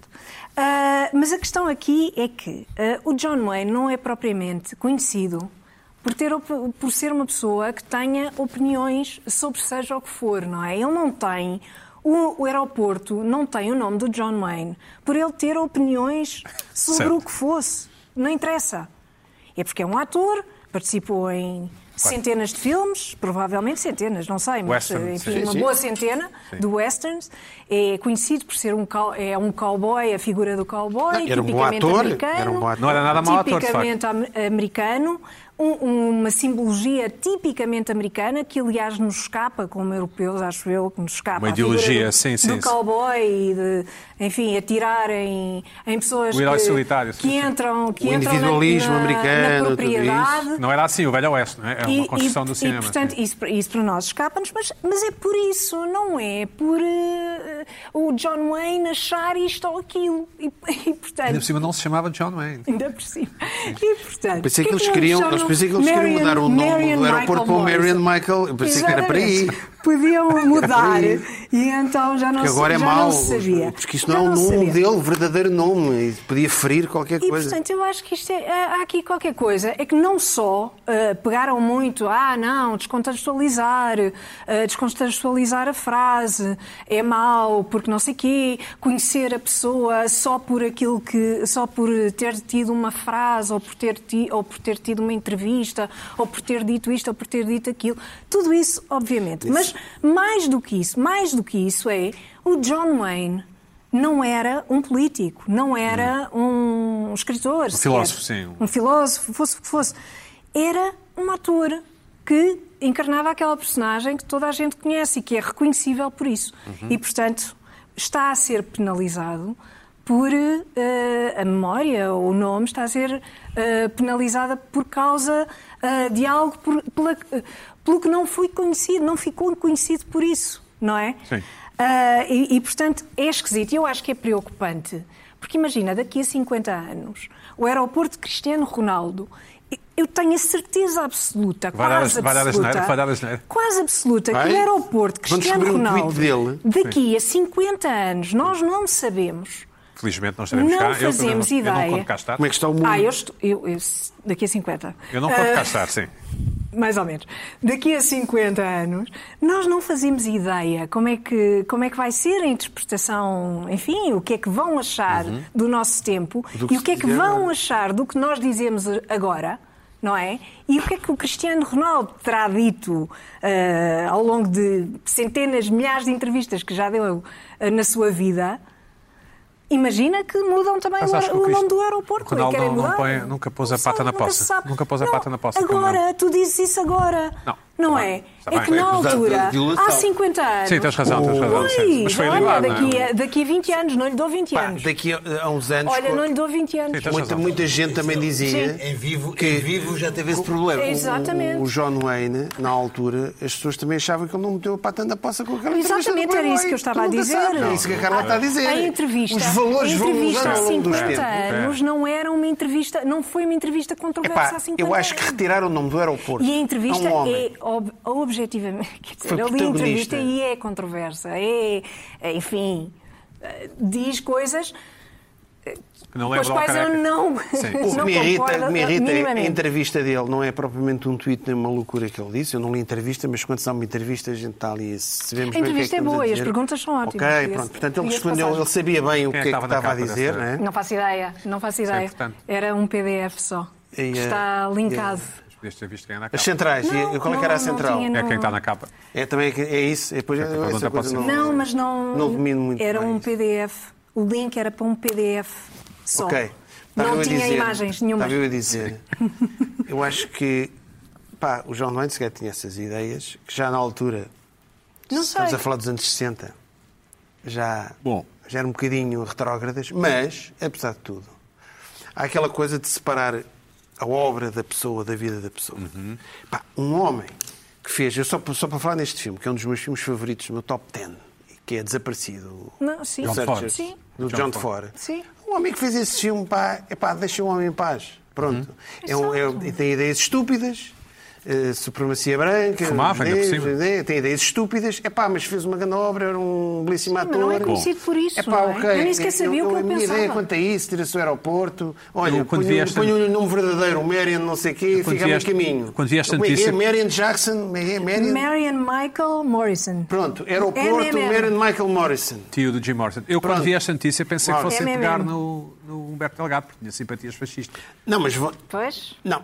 S2: Ah, mas a questão aqui é que ah, o John Wayne não é propriamente conhecido por, ter, op- por ser uma pessoa que tenha opiniões sobre seja o que for, não é? Ele não tem. O, o aeroporto não tem o nome do John Wayne por ele ter opiniões sobre
S1: Certo.
S2: o que fosse. Não interessa. É porque é um ator, participou em centenas de filmes, provavelmente centenas, não sei, mas
S1: Western,
S2: enfim,
S1: sim.
S2: uma
S3: Sim, sim.
S2: boa centena de westerns. É conhecido por ser um, cow- é um cowboy, a figura do cowboy,
S3: Não, era um bom
S2: tipicamente
S3: ator,
S2: americano.
S3: era um bom ator.
S1: Não era nada mau ator, de
S2: Tipicamente am- americano, um- uma simbologia tipicamente americana, que aliás nos escapa, como europeus, acho eu, que nos escapa.
S1: Uma
S2: a figura
S1: ideologia,
S2: do,
S1: sim,
S2: do
S1: sim, sim.
S2: cowboy e de, enfim, atirar em, em pessoas
S1: O herói
S2: que,
S1: solitário, sim,
S2: que
S1: sim.
S2: entram, que
S3: O
S2: entram na-
S3: individualismo
S2: na,
S3: americano,
S2: na
S3: tudo
S2: propriedade.
S1: Não era assim, o Velho Oeste, não é? Era uma construção
S2: e,
S1: do cinema.
S2: E, portanto, isso, para- isso para nós escapa-nos, mas, mas é por isso, não é por eh, o John Wayne achar isto ou aquilo. E, e, portanto,
S1: Ainda por cima não se chamava John Wayne.
S2: ainda por cima. E, portanto, é
S3: Pensei
S2: porquê
S3: que eles
S2: não
S3: queriam,
S2: chamam
S3: eles pensei que eles queriam mudar o nome
S2: Marion
S3: do aeroporto para
S2: Michael
S3: o Marion
S2: Morrison?
S3: Michael. Eu pensei que era para aí.
S2: Exatamente.
S3: *laughs*
S2: Podiam mudar e então já não,
S3: Porque
S2: se-
S3: agora é
S2: já
S3: mau.
S2: não se sabia.
S3: Porque isso
S2: Já
S3: não é o
S2: se
S3: nome
S2: sabia.
S3: dele, o verdadeiro nome. E podia ferir qualquer
S2: E,
S3: coisa.
S2: portanto, eu acho que isto é, há há aqui qualquer coisa. É que não só eh, pegaram muito, ah, não, descontextualizar, eh, descontextualizar a frase, é mau, porque não sei quê, conhecer a pessoa só por aquilo que, só por ter tido uma frase, ou por ter, ti, ou por ter tido uma entrevista, ou por ter dito isto, ou por ter dito aquilo. Tudo isso, obviamente. Mas mais do que isso, mais do que isso é o John Wayne não era um político, não era um escritor. sequer.
S1: filósofo, sim.
S2: Um filósofo, fosse o que fosse. Era um ator que encarnava aquela personagem que toda a gente conhece e que é reconhecível por isso. E, portanto, está a ser penalizado por eh, a memória ou o nome está a ser eh, penalizada por causa eh, de algo por- pela- eh, pelo que não foi conhecido, não ficou conhecido por isso, não é?
S1: Sim.
S2: Ah, e, e, portanto, é esquisito. Eu acho que é preocupante. Porque imagina, daqui a 50 anos, o aeroporto de Cristiano Ronaldo, eu tenho a certeza absoluta,
S1: Vai dar a-
S2: quase
S1: vai dar a
S2: absoluta,
S1: geneira, vai dar a geneira.
S2: quase absoluta, que
S3: Vai?
S2: o aeroporto de
S3: Vamos
S2: Cristiano
S3: descobrir um
S2: Ronaldo,
S3: tweet dele.
S2: daqui a 50 anos, nós não sabemos
S1: Felizmente não estaremos
S2: Não
S1: cá. eu, também
S2: fazemos
S1: não, Eu
S2: ideia.
S1: não conto cá estar.
S3: Como é que está o mundo?
S2: Ah, eu estou. eu- eu- daqui a 50.
S1: Eu não conto cá
S2: Ah,
S1: estar, sim.
S2: mais ou menos. Daqui a 50 anos, nós não fazemos ideia como é que, como é que vai ser a interpretação, enfim, o que é que vão achar do nosso tempo
S3: Uhum. Do que
S2: e o que é
S3: se
S2: que
S3: diz
S2: vão
S3: agora.
S2: achar do que nós dizemos agora. Não é? E o que é que o Cristiano Ronaldo terá dito ah, ao longo de centenas, milhares de entrevistas que já deu ah, na sua vida? Imagina que mudam também
S1: Mas
S2: o,
S1: acho que o
S2: o
S1: Cristo-
S2: nome do aeroporto.
S1: o Ronaldo
S2: e querem
S1: não- não
S2: mudar.
S1: põe- nunca pôs a
S2: Não
S1: pata
S2: sabe,
S1: na
S2: nunca
S1: poça.
S2: se sabe.
S1: Nunca pôs a
S2: Não,
S1: pata na poça, como
S2: Agora, Ah, tu dizes isso agora.
S1: Não.
S2: Não
S1: Está
S2: é?
S1: bem, está
S2: é
S1: bem.
S2: que na
S1: Foi
S4: acusado
S2: altura,
S4: de violação.
S2: há 50 anos.
S1: Sim, tens razão, tens razão. sim.
S2: Ui,
S1: Mas foi
S2: olha,
S1: ligado, não
S2: daqui,
S1: é?
S2: a, daqui a 20 anos, não lhe dou 20
S3: Pá,
S2: anos.
S3: daqui a, a uns anos,
S2: Olha,
S3: co-
S2: não lhe dou 20 anos.
S1: Sim, tens
S3: muita,
S1: razão.
S3: muita gente também dizia.
S4: Em vivo, em vivo já teve esse problema.
S2: É Exatamente.
S3: O, o John Wayne, na altura, as pessoas também achavam que ele não meteu a pata na poça com aquela entrevista
S2: Exatamente,
S3: do
S2: era
S3: Conway.
S2: isso que eu estava
S3: Tu
S2: a
S3: nunca
S2: dizer.
S3: sabes, É isso que a Carla está a dizer.
S2: A entrevista,
S3: Os valores
S2: a entrevista
S3: vão mudando
S2: há
S3: ao longo dos
S2: 50
S3: tempos.
S2: anos não era uma entrevista, não foi uma entrevista controversa
S3: Epá,
S2: há 50
S3: eu acho que
S2: anos.
S3: retirar o nome do aeroporto
S2: E a entrevista
S3: a um homem.
S2: é ob objetivamente. Quer dizer,
S3: Foi
S2: eu li a entrevista
S3: protagonista.
S2: e é controversa. É, é, enfim, eh, diz coisas
S1: Que Não
S2: com as
S1: lembro ao
S2: quais eu
S1: careca.
S2: um não.
S3: O que
S2: *laughs* não
S3: me irrita,
S2: concordo
S3: me irrita é a
S2: minimamente.
S3: entrevista dele, não é propriamente um tweet nem uma loucura que ele disse. Eu não li a entrevista, mas quando se dá uma entrevista, a gente está ali. Sabemos
S2: A
S3: bem o que
S2: entrevista
S3: que
S2: é
S3: estamos a
S2: boa e as
S3: dizer.
S2: perguntas são ótimas,
S3: Ok,
S2: diga-se-
S3: pronto. Portanto, ele
S2: diga-se
S3: respondeu,
S2: passagem.
S3: ele sabia bem o que
S1: Quem
S3: é
S1: é
S3: que
S1: que estava na
S3: estava a
S1: capa
S3: dizer,
S1: dessa-
S3: não é?
S2: Não faço ideia, não faço ideia.
S1: importante.
S2: Era um PDF só. que
S3: E, eh,
S2: está linkado.
S1: Mas Podias ter visto quem é na
S3: As
S1: capa.
S3: centrais,
S2: Não,
S3: e qual é que era a
S2: não, não
S3: central?
S2: tinha,
S1: É quem está na capa.
S3: É também que- é isso, é depois
S1: Essa
S3: essa
S1: pergunta
S3: coisa
S1: pode ser-
S2: Não, mas não.
S3: eh, Não domino muito
S2: Era
S3: bem
S2: um
S3: isso.
S2: PDF. O link era para um PDF só.
S3: Ok. Estava
S2: Não
S3: eu a
S2: tinha
S3: dizer-
S2: imagens nenhuma.
S3: Estava eu a dizer. eu acho que pá, o João Noite sequer tinha essas ideias, que já na altura,
S2: Não sei.
S3: estamos a falar dos anos 60, já,
S1: Bom.
S3: já era um bocadinho retrógradas, mas, apesar de tudo, há aquela coisa de separar a obra da pessoa da vida da pessoa.
S1: Uhum.
S3: Pá, um homem que fez, eu só, só para falar neste filme, que é um dos meus filmes favoritos, meu top 10, que é Desaparecido,
S2: Não, sim.
S1: John Ford.
S2: Sim.
S3: do
S1: John
S3: John, de
S1: Ford.
S3: Ford.
S2: Sim.
S3: Um homem que fez esse filme, pá, epá, deixa o homem em paz. Pronto.
S2: Uhum.
S3: É um- é um- tem ideias estúpidas, eh, supremacia branca,
S1: Fumava, ainda por
S3: negros,
S1: cima.
S3: né, tem ideias estúpidas, epá, mas fez uma grande obra, era um belíssimo
S2: Sim,
S3: ator.
S2: mas não é conhecido por isso,
S3: Epá,
S2: não é?
S3: ok,
S2: Eu nem sequer sabia o que
S3: a
S2: eu
S3: minha
S2: pensava.
S3: ideia quanto a isso, tira-se o aeroporto, olha,
S1: Eu, quando vi
S3: ponho-lhe
S1: esta-
S3: ponho-lhe um nome verdadeiro, o Marion não sei o quê,
S1: Eu, quando
S3: fica
S1: vi
S3: no
S1: esta-
S3: caminho.
S1: quando vi esta
S3: Como é que é?
S1: notícia-
S3: Marion Jackson, como é que é? Marion...
S2: Marian Michael Morrison.
S3: Pronto, aeroporto,
S2: MMM.
S3: Marion Michael Morrison.
S1: Tio do Jim Morrison. Eu, quando
S3: Pronto.
S1: vi esta notícia, pensei que
S3: Claro.
S1: fossem
S2: É
S1: pegar
S2: mesmo.
S1: no, no Humberto Delgado, porque tinha simpatias fascistas.
S3: Não, mas... vo-
S2: Pois?
S3: Não.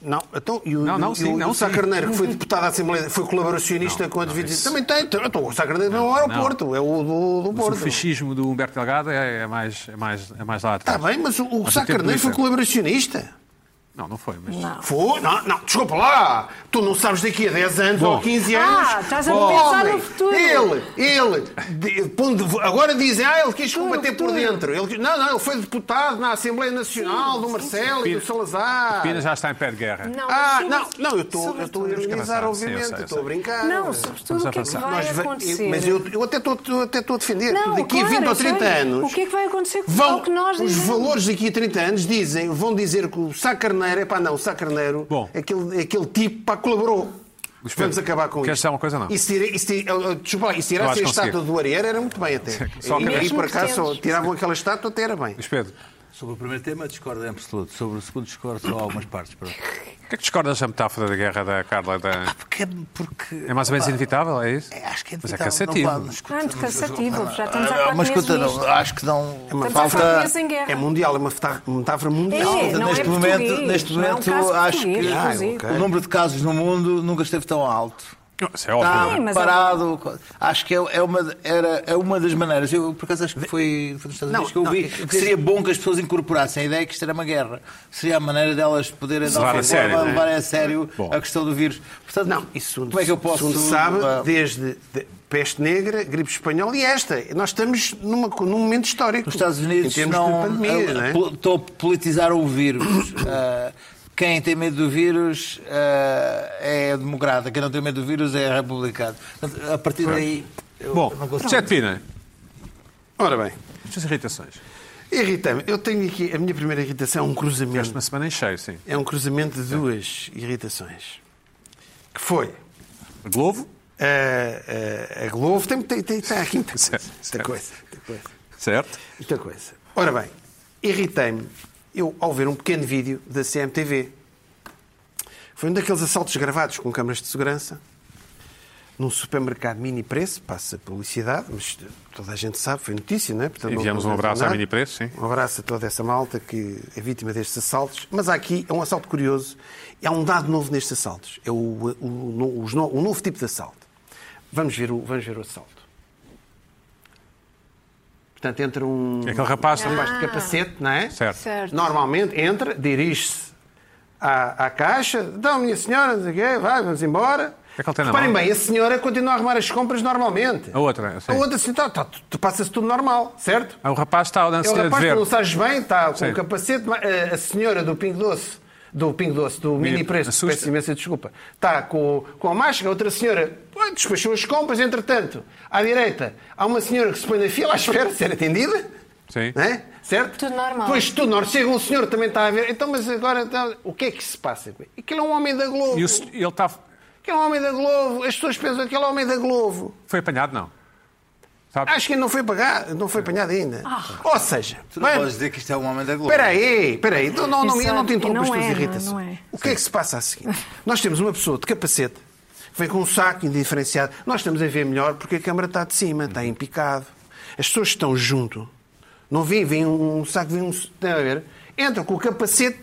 S3: Não, então, e o,
S1: Não, não,
S3: e
S1: sim,
S3: o-
S1: não,
S3: o Sá
S1: sim.
S3: Carneiro,
S1: *laughs*
S3: que foi deputado da Assembleia, foi colaboracionista
S1: Não,
S3: com a
S1: não,
S3: devida.
S1: isso-
S3: Também tem, então, o Sá Carneiro não é o aeroporto, é o do, do
S1: Mas o
S3: Porto.
S1: fascismo do Humberto Delgado é, é mais, é, mais, é mais lá
S3: Está
S1: atrás.
S3: Tá bem, mas o, o
S1: Mas
S3: Sá
S1: o tempo
S3: Carneiro foi
S1: difere.
S3: colaboracionista.
S1: Não, não foi, mas...
S2: Não.
S3: Foi? Não, não, desculpa lá. Tu não sabes daqui a 10 anos
S1: Bom.
S3: ou 15 anos.
S2: Ah, estás a
S3: Oh,
S2: pensar
S3: homem,
S2: no futuro.
S3: Ele, ele. de- pondo- agora dizem, ah, ele quis
S2: Futuro,
S3: combater por
S2: futuro.
S3: dentro. Ele quis- não, não, ele foi deputado na Assembleia Nacional do Marcelo e do Salazar.
S1: Pina já está em pé de guerra.
S2: Não,
S3: Ah,
S2: sobre-
S3: não, não, eu estou eu estou a
S2: sobretudo-
S1: que avançar. Sim,
S3: ironizar,
S1: eu
S3: obviamente,
S1: sei, eu
S3: estou a
S1: sei.
S3: brincar.
S2: Não,
S1: Nós
S2: sobretudo o que é que
S1: va-
S2: vai
S3: Nós va-
S2: acontecer?
S3: eu- mas eu, eu até estou eu até estou a defender.
S2: Não,
S3: daqui
S2: claro,
S3: a 20 ou
S2: eu
S3: 30
S2: sei.
S3: anos.
S2: O que é que vai acontecer com
S3: Vão,
S2: o que nós
S3: os
S2: dizemos?
S3: valores daqui a 30 anos dizem, vão dizer que o Sá Carneiro, é pá, não, o Sá Carneiro, é
S1: Bom.
S3: aquele, aquele tipo, pá, colaborou.
S1: Luís Pedro,
S3: Vamos acabar com
S1: queres
S3: isso.
S1: dizer uma coisa ou não?
S3: E se tira- e se tira- eh, eh, desculpa lá, e se
S1: acho
S3: tirassem a
S1: que consegui.
S3: estátua do Ariel era muito bem até.
S1: *laughs* Só
S3: e aí,
S2: Mesmo
S3: por
S2: que
S3: acaso, só
S2: temos.
S3: tiravam aquela estátua, até era bem.
S1: Luís Pedro,
S4: Sobre o primeiro tema, discordo em absoluto. Sobre o segundo, discordo só algumas partes. pronto.
S1: o que é que discordas da metáfora da guerra da Carla? Da...
S4: Porque, porque
S1: É mais ou menos inevitável, é isso?
S4: É, Acho que é
S1: Mas é
S4: inevitável.
S1: cansativo.
S4: Não, pá, mas escuta,
S2: Ah, muito
S4: mas-
S2: cansativo,
S4: mas-
S2: já estamos há
S4: Ah,
S2: quatro
S4: Mas
S2: meses
S4: escuta, não,
S2: nisto.
S4: acho que não.
S3: É
S2: Estamos
S3: uma
S2: há
S3: falta-
S2: quatro meses em guerra.
S3: É mundial, é uma feta- metáfora mundial.
S2: É,
S4: Portanto,
S2: não
S4: neste,
S2: é
S4: momento,
S2: português,
S4: neste
S2: não é um
S4: momento,
S2: caso
S3: Ah,
S4: acho que
S2: português,
S3: inclusive.
S4: o número de casos no mundo nunca esteve tão alto.
S1: Isso é
S3: Tá,
S4: Está
S1: óbvio.
S2: Sim, mas
S4: parado. Acho que é, é uma, era, é uma das maneiras. Eu, por acaso, acho que foi, foi nos Estados
S3: Não,
S4: Unidos que eu
S3: não,
S4: vi
S3: é-
S4: que seria bom que as pessoas incorporassem a ideia que isto era uma guerra. Seria a maneira delas poderem de
S1: Levar a
S4: alguma
S1: sério,
S4: forma,
S1: não é?
S4: levar a sério
S1: Bom.
S4: a questão do vírus. Portanto,
S3: Não, isso
S4: como é que eu posso.
S3: segundo um se sabe,
S4: ah,
S3: desde de- peste negra, gripe espanhola e esta. Nós estamos numa- num momento histórico.
S4: Os Estados
S3: em
S4: Unidos
S3: termos
S4: não
S3: de pandemia,
S4: a-
S3: não é?
S4: pol- estão a politizar o vírus. *coughs* Ah, quem tem medo do vírus ah, é democrata, quem não tem medo do vírus é republicano. Portanto, a partir daí. eu
S1: Bom,
S4: não consigo-
S1: José de Pina,
S3: Ora bem,
S1: as suas irritações.
S3: irrita-me. Eu tenho aqui, a minha primeira irritação é um cruzamento.
S1: Esta semana em cheio, sim.
S3: É um cruzamento de duas irritações. Que foi eh,
S1: Globo,
S3: a, a- a Globo. Tem, tem, tem, tem
S4: *laughs*
S3: aqui muita coisa,
S1: Certo,
S3: muita
S1: certo.
S3: coisa. Muita coisa.
S1: certo?
S3: Muita coisa. Ora bem, irritei-me eu ao ver um pequeno vídeo da CMTV. Foi um daqueles assaltos gravados com câmaras de segurança num supermercado mini preço, passa publicidade, mas toda a gente sabe, foi notícia, não é? Portanto, não
S1: Enviamos um
S3: vou
S1: abraço
S3: dizer
S1: à
S3: nada.
S1: Mini Preço, sim.
S3: Um abraço a toda essa malta que é vítima destes assaltos. Mas há aqui é um assalto curioso. Há um dado novo nestes assaltos. É o, o- o no- os no- o novo tipo de assalto. Vamos ver o, vamos ver o assalto. Portanto, entra um
S1: É aquele rapaz também.
S3: rapaz de capacete, não é?
S1: Certo.
S2: Certo.
S3: Normalmente entra, dirige-se à, à caixa. Então, minha senhora, não sei o quê, vai, vamos embora.
S1: que é que ele tem na
S3: Reparem
S1: mão?
S3: bem, a senhora continua a arrumar as compras normalmente.
S1: A outra, sim.
S3: A outra, assim, tá, tá, tu- passa-se tudo normal, certo?
S1: Ah, O rapaz está na
S3: É o
S1: cidade de
S3: rapaz que não
S1: ver.
S3: sabes bem, está com
S1: Sim.
S3: o capacete, mas, eh, a senhora do Pingo Doce, do Pingo Doce, do Mini,
S1: Mini-
S3: Preço,
S1: assusta.
S3: peço imensa desculpa, está com, com a máscara, outra senhora pô, despachou as compras, entretanto, à direita há uma senhora que se põe na fila à espera de ser atendida,
S1: Sim.
S3: né? certo?
S2: Tudo normal.
S3: Pois tudo normal, chega um senhor também está a ver, então mas agora então, o que é que se passa? Aquilo é um homem da Globo,
S1: E o se- ele tá, está.
S3: aquele é um homem da Globo, as pessoas pensam que ele é um homem da Globo.
S1: Foi apanhado, não? Sabe?
S3: Acho que não foi pagado, não foi apanhado ainda.
S2: Ah.
S3: Ou seja,
S4: Tu não
S3: bem,
S4: podes dizer que isto é um homem da Globo.
S3: Espera aí, espera aí. Não, não, não, eu não te
S2: Exato.
S3: interrompo
S2: Não
S3: as tuas
S2: é, não é,
S3: irritações.
S2: não é.
S3: O que é que se passa a seguir? Nós temos uma pessoa de capacete que vem com um saco indiferenciado. Nós estamos a ver melhor porque a câmara está de cima, está em picado. As pessoas que estão junto. Não vêm, vem um saco, vem um... Tem a ver? Entram com o capacete.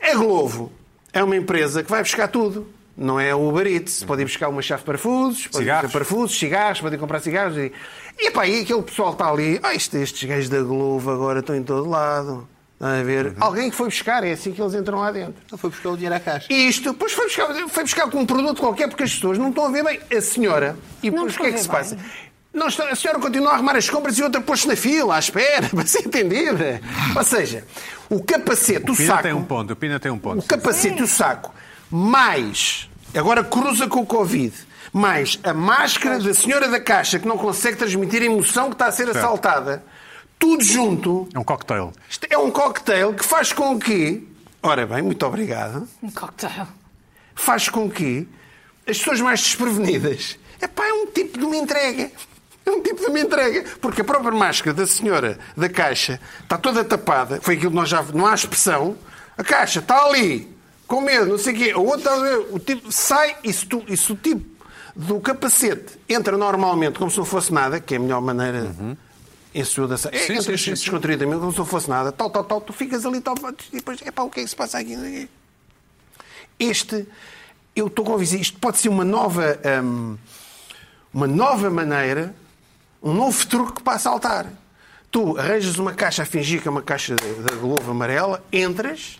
S3: A Globo é uma empresa que vai buscar tudo. Não é o Uber Eats. Pode ir buscar uma chave de parafusos, pode ir buscar
S1: Cigarros.
S3: parafusos, cigarros, podem comprar cigarros. E, e pá, e aquele pessoal está ali, ah, isto- estes gajos da Globo agora estão em todo lado. Estão a ver? Alguém que foi buscar, é assim que eles entram lá dentro.
S4: Não Então foi buscar o dinheiro à caixa.
S3: E isto, depois foi buscar, foi buscar com um produto qualquer porque as pessoas não estão a ver bem a senhora. E
S2: Não
S3: depois o que é que se
S2: estão a ver
S3: passa? Não está- a senhora continua a arrumar as compras e outra pôs-se na fila, à espera, *laughs* para ser entendida. Ou seja, o capacete, o,
S1: O Pina
S3: saco.
S1: tem um ponto, o Pina tem um
S3: O
S1: ponto.
S3: capacete e o saco, mais, agora cruza com o Covid, mais a máscara da senhora da caixa que não consegue transmitir a emoção que está a ser assaltada, tudo junto,
S1: É um cocktail.
S3: isto é um cocktail que faz com que. Ora bem, muito obrigado
S2: Um cocktail.
S3: faz com que as pessoas mais desprevenidas. Epá, é um tipo de uma entrega. É um tipo de uma entrega. Porque a própria máscara da senhora da caixa está toda tapada. Foi aquilo que nós já. Não há expressão. A caixa está ali, com medo, não sei o quê. O outro está a ver, o tipo sai e se, tu, e se o tipo do capacete entra normalmente como se não fosse nada, que é a melhor maneira. Em sua da... É,
S1: Sim,
S3: entra
S1: sim, sim, sim.
S3: descontraídamente, como se não fosse nada, tal, tal, tal, tu ficas ali, tal, e depois, epá, o que é que se passa aqui? Este, eu estou convencido, isto pode ser uma nova, hum, uma nova maneira, um novo truque para assaltar. Tu arranjas uma caixa a fingir que é uma caixa da- da Globo amarela, entras,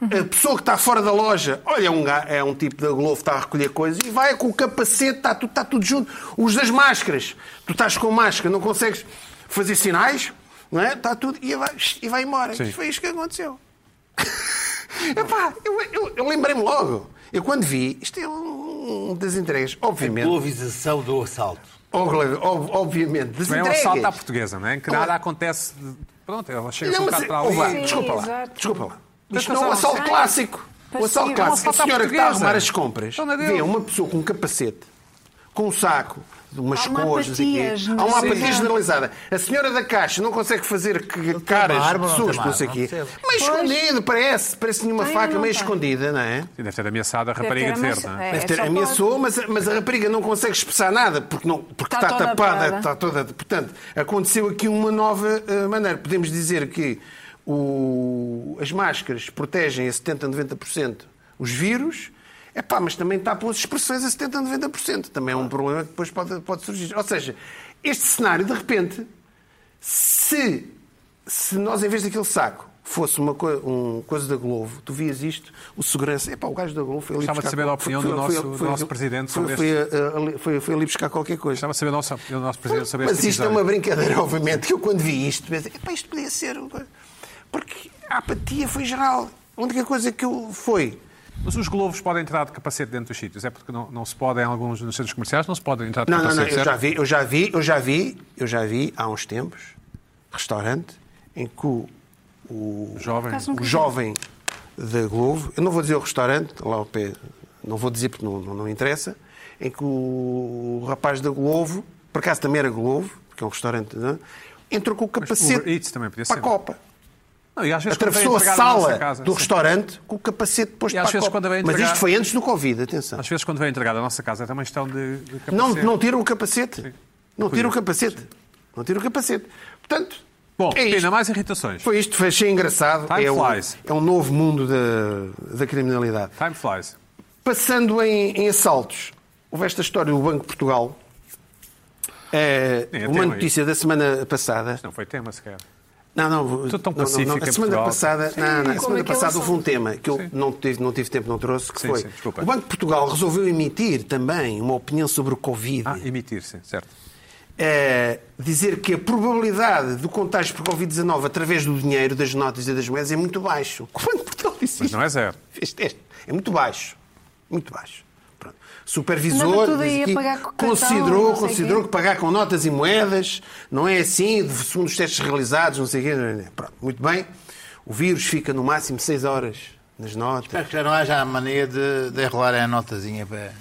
S3: a pessoa que está fora da loja, olha, é um, ga- é um tipo da Globo, está a recolher coisas, e vai com o capacete, está tudo, está tudo junto. Os das máscaras, tu estás com máscara, não consegues fazer sinais, não é? Está tudo, e vai, e vai embora.
S1: Sim.
S3: Isto Foi isto que aconteceu. Epá, eu, eu- eu lembrei-me logo. Eu quando vi, isto é um, um das entregas,
S4: É
S3: obviamente.
S4: Globalização do assalto.
S3: Ob- ob- obviamente, das
S1: É um
S3: entregas.
S1: assalto à portuguesa, não é? Em que
S3: Claro.
S1: nada acontece. de- Pronto, ela chega
S3: Não,
S1: um
S3: mas,
S1: bocado para
S3: ouve lá,
S2: Sim,
S1: ali.
S3: desculpa lá,
S2: exato.
S3: desculpa lá.
S1: Tens
S3: Isto não é um
S1: razão.
S3: assalto clássico. O
S2: Passivo,
S3: assalto
S2: um
S3: clássico. A
S1: assalto à
S3: senhora que está a
S1: portuguesa.
S3: arrumar as compras
S1: Dona Deus.
S3: vê uma pessoa com um capacete, com um saco, de umas
S2: Há uma
S3: cores, não sei o quê.
S2: apatias,
S3: há
S2: não
S3: uma
S2: sei.
S3: apatia generalizada. A senhora da caixa não consegue fazer que- caras
S4: barba,
S3: de
S4: não
S3: susto,
S4: tem
S3: não sei o
S4: barba,
S3: quê.
S4: não
S3: Meio
S2: Pois.
S3: escondido, parece. Parece nenhuma
S2: Tem,
S3: faca
S2: não
S3: meio
S2: tem.
S3: escondida, não é?
S1: Deve ter ameaçado a
S2: ter
S1: rapariga de ver,
S2: ameaça-
S1: não é?
S2: é.
S3: Deve ter,
S2: só
S3: ameaçou, mas, a- mas a rapariga não consegue expressar nada, porque, não, porque
S2: Está
S3: está,
S2: Tá toda
S3: tapada,
S2: parada.
S3: está toda. Portanto, aconteceu aqui uma nova eh, maneira. Podemos dizer que o- as máscaras protegem a 70% a 90% os vírus É pá, mas também está pelas expressões a 70%, 90%. Também é um problema que depois pode, pode surgir. Ou seja, este cenário, de repente, se, se nós, em vez daquele saco, fosse uma co- um coisa da Globo, tu vias isto, o segurança. É pá, o gajo da Globo foi ali
S1: Gostava de
S3: buscar
S1: saber a
S3: qual-
S1: opinião
S3: foi-
S1: do
S3: foi-
S1: nosso-
S3: foi-
S1: do nosso
S3: foi-
S1: presidente
S3: foi-
S1: sobre
S3: foi a- ali- Foi foi ali buscar qualquer coisa.
S1: Estava a saber a nossa opinião do nosso presidente sobre
S3: Mas
S1: este
S3: isto é uma brincadeira, *laughs* obviamente, que eu quando vi isto, pensei, epá, isto podia ser. uma coisa." Porque a apatia foi geral. A única coisa que eu foi.
S1: Mas os globos podem entrar de capacete dentro dos sítios, é porque não, não se podem, em alguns nos centros comerciais, não Então, se é podem entrar de
S3: Não, não,
S1: capacete,
S3: não, eu
S1: certo?
S3: já vi, eu já vi, eu já vi, eu já vi há uns tempos, restaurante, em que o, o,
S1: Jovem.
S2: Caso nunca
S3: o jovem da Globo, eu não vou dizer o restaurante, lá ao pé, não vou dizer porque não, não, não interessa, em que o, rapaz da Globo, por acaso também era Globo, porque é um restaurante, não é? entrou com o capacete
S1: Uber Eats também podia
S3: para
S1: ser.
S3: a Copa.
S1: Não, e às vezes quando vem
S3: Atravessou a
S1: entregar na nossa
S3: sala
S1: casa,
S3: do
S1: sim.
S3: restaurante com o capacete posto
S1: E às
S3: para a
S1: vezes
S3: Copa.
S1: quando vem
S3: Mas
S1: entregar-
S3: isto foi antes do Covid, atenção.
S1: Às vezes quando vem entregar à nossa casa é também estão de, de capacete.
S3: Não, não tira o capacete. Não tira o capacete. Não tira o capacete. Portanto,
S1: Bom,
S3: é
S1: Pina,
S3: isto.
S1: mais irritações.
S3: Foi isto, foi achei engraçado.
S1: Time
S3: é, um,
S1: flies.
S3: é um novo mundo da, da criminalidade.
S1: Time flies.
S3: Passando em, em assaltos, houve esta história do Banco de Portugal. É,
S1: Nem é
S3: uma
S1: tema
S3: notícia da semana passada.
S1: Não foi tema sequer.
S3: Não, não,
S1: Estou tão
S3: não, não, não.
S1: pacífico em
S3: A semana
S1: Portugal.
S3: passada, não, não, a
S2: como
S3: semana
S2: é que é o
S3: passada houve um
S2: assunto?
S3: tema que eu não tive, não tive tempo, não trouxe, que
S1: Sim,
S3: foi.
S1: sim, desculpa.
S3: o Banco de Portugal resolveu emitir também uma opinião sobre o Covid.
S1: Ah, emitir, sim, certo.
S3: é, dizer que a probabilidade do contágio por Covid-19 através do dinheiro, das notas e das moedas é muito baixo. Quando Portugal disse
S1: Mas
S3: isto?
S1: não é zero.
S3: Fez teste. É muito baixo. Muito baixo. Pronto. Supervisor
S2: Andava tudo aí
S3: diz
S2: a
S3: aqui,
S2: pagar com cartão,
S3: considerou,
S2: não sei
S3: considerou
S2: quê.
S3: que pagar com notas e moedas não é assim, de- segundo os testes realizados, não sei o quê. não, não, não. Pronto, muito bem. O vírus fica no máximo 6 horas nas notas
S4: *laughs* Espero É que já não haja a mania de, de enrolarem a notazinha para.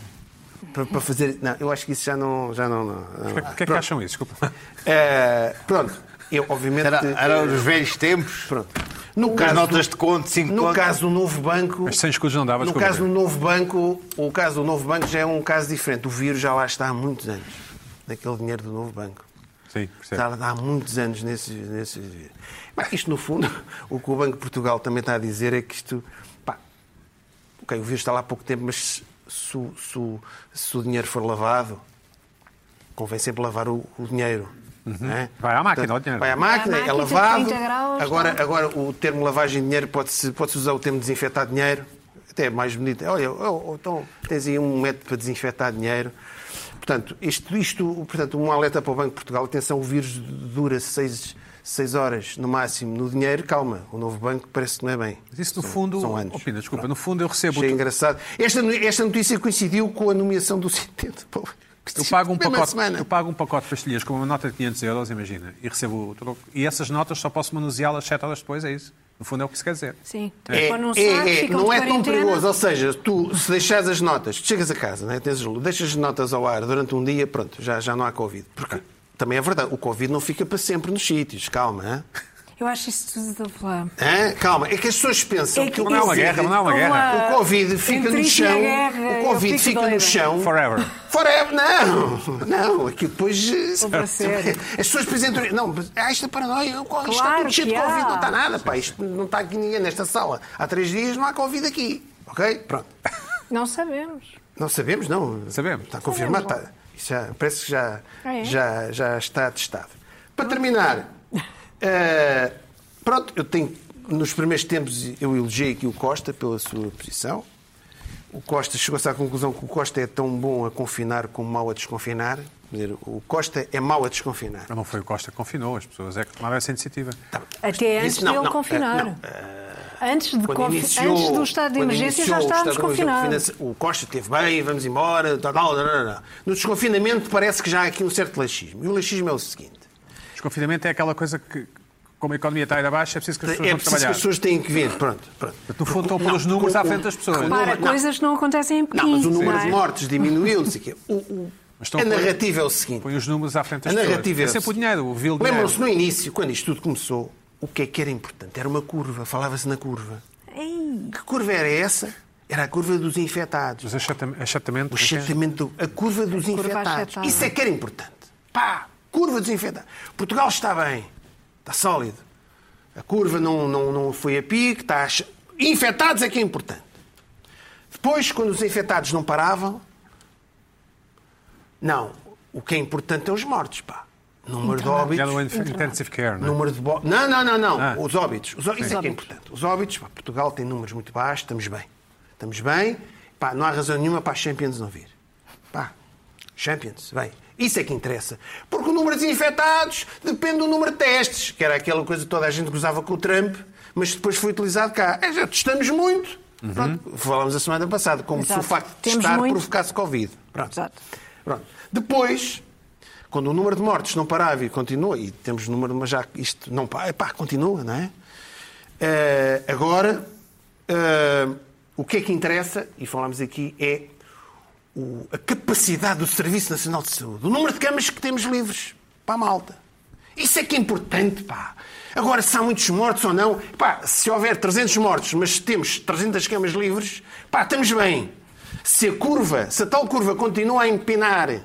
S3: para, para fazer. Não, eu acho que isso já não. Já não, não- não.
S4: *laughs*
S1: O que é que acham isso? Desculpa.
S3: É, pronto. Eu, obviamente.
S4: Era, era
S3: eh,
S4: os velhos tempos.
S3: Pronto. No
S4: As
S3: caso,
S4: notas de conto, cinco
S3: no
S4: conto.
S3: caso do novo banco.
S1: Mas sem escudos não dava,
S3: No
S1: desculpa,
S3: caso do
S1: Pedro.
S3: novo banco, o caso do novo banco já é um caso diferente. O vírus já lá está há muitos anos. Daquele dinheiro do novo banco.
S1: Sim,
S3: Está
S1: percebo.
S3: lá há muitos anos nesse, nesse vírus. Mas isto, no fundo, *laughs* o que o Banco de Portugal também está a dizer é que isto. Pá, ok, o vírus está lá há pouco tempo, mas se, se o- se o- se o dinheiro for lavado, convém sempre lavar o, o dinheiro. não é?
S1: Uhum. Vai à máquina, o dinheiro.
S3: Vai à máquina,
S2: Vai à
S3: é
S2: máquina,
S3: lavado.
S2: 30 graus,
S3: agora,
S2: tá.
S3: agora o termo lavagem de dinheiro pode-se pode usar o termo desinfetar dinheiro. Até é mais bonito. Olha, oh, oh, então tens aí um método para desinfetar dinheiro. Portanto, isto, isto portanto, um alerta para o Banco de Portugal. Atenção, o vírus dura seis, seis horas no máximo no dinheiro. Calma, o novo banco parece que não é bem.
S1: Mas isso no fundo.
S3: são anos.
S1: Oh, Pina, desculpa, no fundo eu recebo.
S3: Achei engraçado. Esta, esta notícia coincidiu com a nomeação do *laughs* Centeno. Pô,
S1: Eu pago, um
S3: mesma
S1: pacote,
S3: semana.
S1: eu pago um pacote de pastilhas com uma nota de 500 euros, imagina, e recebo o troco. E essas notas só posso manuseá-las 7 horas depois, é isso? No fundo é o que se quer dizer.
S2: Sim.
S3: É,
S2: Põe num
S3: é,
S2: um saco,
S3: é,
S2: ficam
S3: não
S2: de
S3: é tão
S2: quarentena.
S3: perigoso. Ou seja, tu, se deixares as notas, tu chegas a casa, né, tens, as luzes, deixas as notas ao ar durante um dia, pronto, já, já não há Covid. Porque também é verdade, o Covid não fica para sempre nos sítios. Calma,
S2: Eu acho isso tudo de lá.
S3: hã? Hã? calma. É que as pessoas pensam que, é o
S1: não há uma
S3: Covid-
S1: guerra, não há uma guerra.
S3: O
S2: ah,
S3: Covid fica no chão. o Covid fica no chão.
S1: Forever. *coughs*
S3: Forever, não! Não, aqui depois. eh, se-
S2: para sério.
S3: As pessoas apresentam. Não, mas, ah, isto é paranoia, isto está
S2: Claro
S3: tudo cheio de
S2: que
S3: Covid,
S2: há.
S3: não está nada, pá, isto não está aqui ninguém nesta sala. Há três dias não há Covid aqui, ok? Pronto.
S2: Não sabemos.
S3: Não sabemos, não.
S1: Sabemos.
S3: Está confirmado, está, isso já, parece que já,
S2: Ah, é?
S3: já, já está testado. Para terminar, eh, pronto, eu tenho. Nos primeiros tempos eu elogiei aqui o Costa pela sua posição. O Costa chegou-se à conclusão que o Costa é tão bom a confinar como mau a desconfinar. Quer dizer, o Costa é mau a desconfinar.
S1: Não foi o Costa que confinou, as pessoas é que tomaram essa iniciativa.
S2: Até É antes
S3: Isso não,
S2: de ele
S3: não, eh,
S2: confinar.
S3: não,
S2: antes, de
S3: Quando
S2: confi-
S3: iniciou,
S2: antes do estado de
S3: quando
S2: emergência
S3: iniciou
S2: já
S3: o
S2: estávamos
S3: estado de emergência,
S2: desconfinados.
S3: o confina- O Costa esteve bem, vamos embora. Tal, tal, tal, tal, tal. No desconfinamento parece que já há aqui um certo laxismo. E o laxismo é o seguinte.
S1: Desconfinamento é aquela coisa que, como a economia está a ir abaixo, é preciso que as pessoas
S3: É
S1: vão
S3: preciso que
S1: trabalhar.
S3: as pessoas têm que ver. Pronto, pronto.
S1: No fundo estão a pôr os
S3: Não,
S1: números
S3: com- um
S1: à frente das pessoas.
S3: com-
S2: Para
S3: não.
S2: coisas que não acontecem em Pequim.
S3: Não, mas o número
S2: é?
S3: de mortes diminuiu, não sei o quê. O- o-
S1: Mas estão
S3: a
S1: a pôr-
S3: narrativa é o seguinte.
S1: Põe os números à frente das
S3: A
S1: pessoas.
S3: narrativa
S1: é sempre o dinheiro, o vil dinheiro.
S3: Lembram-se no início, quando isto tudo começou, o que é que era importante? Era uma curva, falava-se na curva.
S2: Ei,
S3: Que curva era essa? Era a curva dos infectados.
S1: Os achatam- achatamento.
S3: O achatamento, do- a curva dos
S2: curva
S3: infectados.
S2: achatada.
S3: Isso é que era importante. Pá, curva dos infectados. Portugal está bem, está sólido. A curva não, não, não foi a pique, está a... ach- Infectados é que é importante. Depois, quando os infectados não paravam, não, o que é importante é os mortos, pá. Número de
S1: Já
S3: óbitos.
S1: no intensive care, não é?
S3: Número de bo... Não, não, não, não.
S1: Ah.
S3: Os óbitos. Os ó- Isso é que é
S2: Óbitos.
S3: importante. Os óbitos, pá, Portugal tem números muito baixos, estamos bem. Estamos bem. Pá, não há razão nenhuma para a Champions não vir. Pá, Champions, bem. Isso é que interessa. Porque o número de infectados depende do número de testes, que era aquela coisa que toda a gente gozava com o Trump, mas depois foi utilizado cá. É, já testamos muito.
S1: Uhum.
S3: Pronto, falámos a semana passada, como
S2: Exato.
S3: se o facto de
S2: Temos
S3: testar
S2: muito.
S3: provocasse Covid. Pronto.
S2: Exato.
S3: Pronto. Depois, quando o número de mortes não parava e continua, e temos número, mas já isto não para, pá, continua, não é? Eh, agora, eh, o que é que interessa, e falámos aqui, é o- a capacidade do Serviço Nacional de Saúde, o número de camas que temos livres para a malta. Isso é que é importante, pá. Agora, se há muitos mortos ou não, pá, se houver 300 mortos, mas temos 300 camas livres, pá, estamos bem. Se a curva, se a tal curva continua a empinar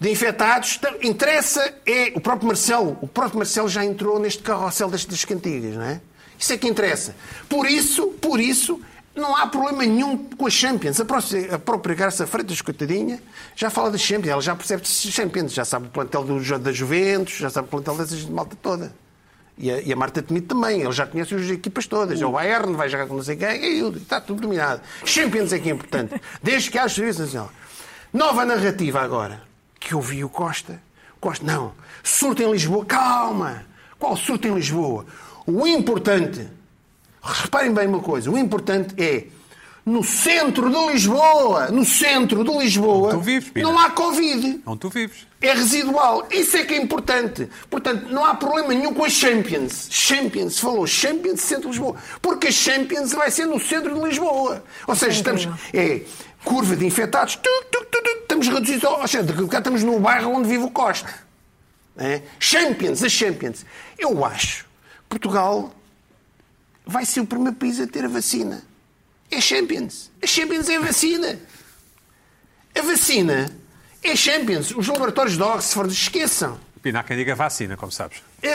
S3: de infectados, t- interessa é o próprio Marcelo. O próprio Marcelo já entrou neste carrossel das, das cantigas, não é? Isso é que interessa. Por isso, por isso, não há problema nenhum com a Champions. A próxima- a própria Graça Freitas, coitadinha, já fala da Champions. Ela já percebe de Champions. Já sabe o plantel do, Ju- da Juventus, já sabe o plantel dessa gente- malta toda. E a, e a Marta Temido também. Ele já conhece as equipas todas. É O Bayern vai jogar com não sei quem. e Está tudo dominado. Champions é que é importante. Desde que há o Serviço Nacional. Nova narrativa agora. Que eu vi o Costa. Costa, não. Surto em Lisboa. Calma. Qual surto em Lisboa? O importante Reparem bem uma coisa, o importante é no centro de Lisboa, no centro de Lisboa,
S1: Não tu vives, Pina.
S3: não há Covid.
S1: Onde tu vives.
S3: É residual. Isso é que é importante. Portanto, não há problema nenhum com a Champions. Champions, falou Champions, centro de Lisboa. Porque a Champions vai ser no centro de Lisboa. Ou seja, estamos. É curva de infectados, tu, tu, tu, tu, estamos reduzidos. ao- Ou seja, daqui a cá estamos no bairro onde vive o Costa. É? Champions, a Champions. Eu acho que Portugal vai ser o primeiro país a ter a vacina. É Champions. A Champions é a vacina. A vacina é Champions. Os laboratórios de Oxford esqueçam.
S1: Pina, há quem diga vacina, como sabes.
S3: A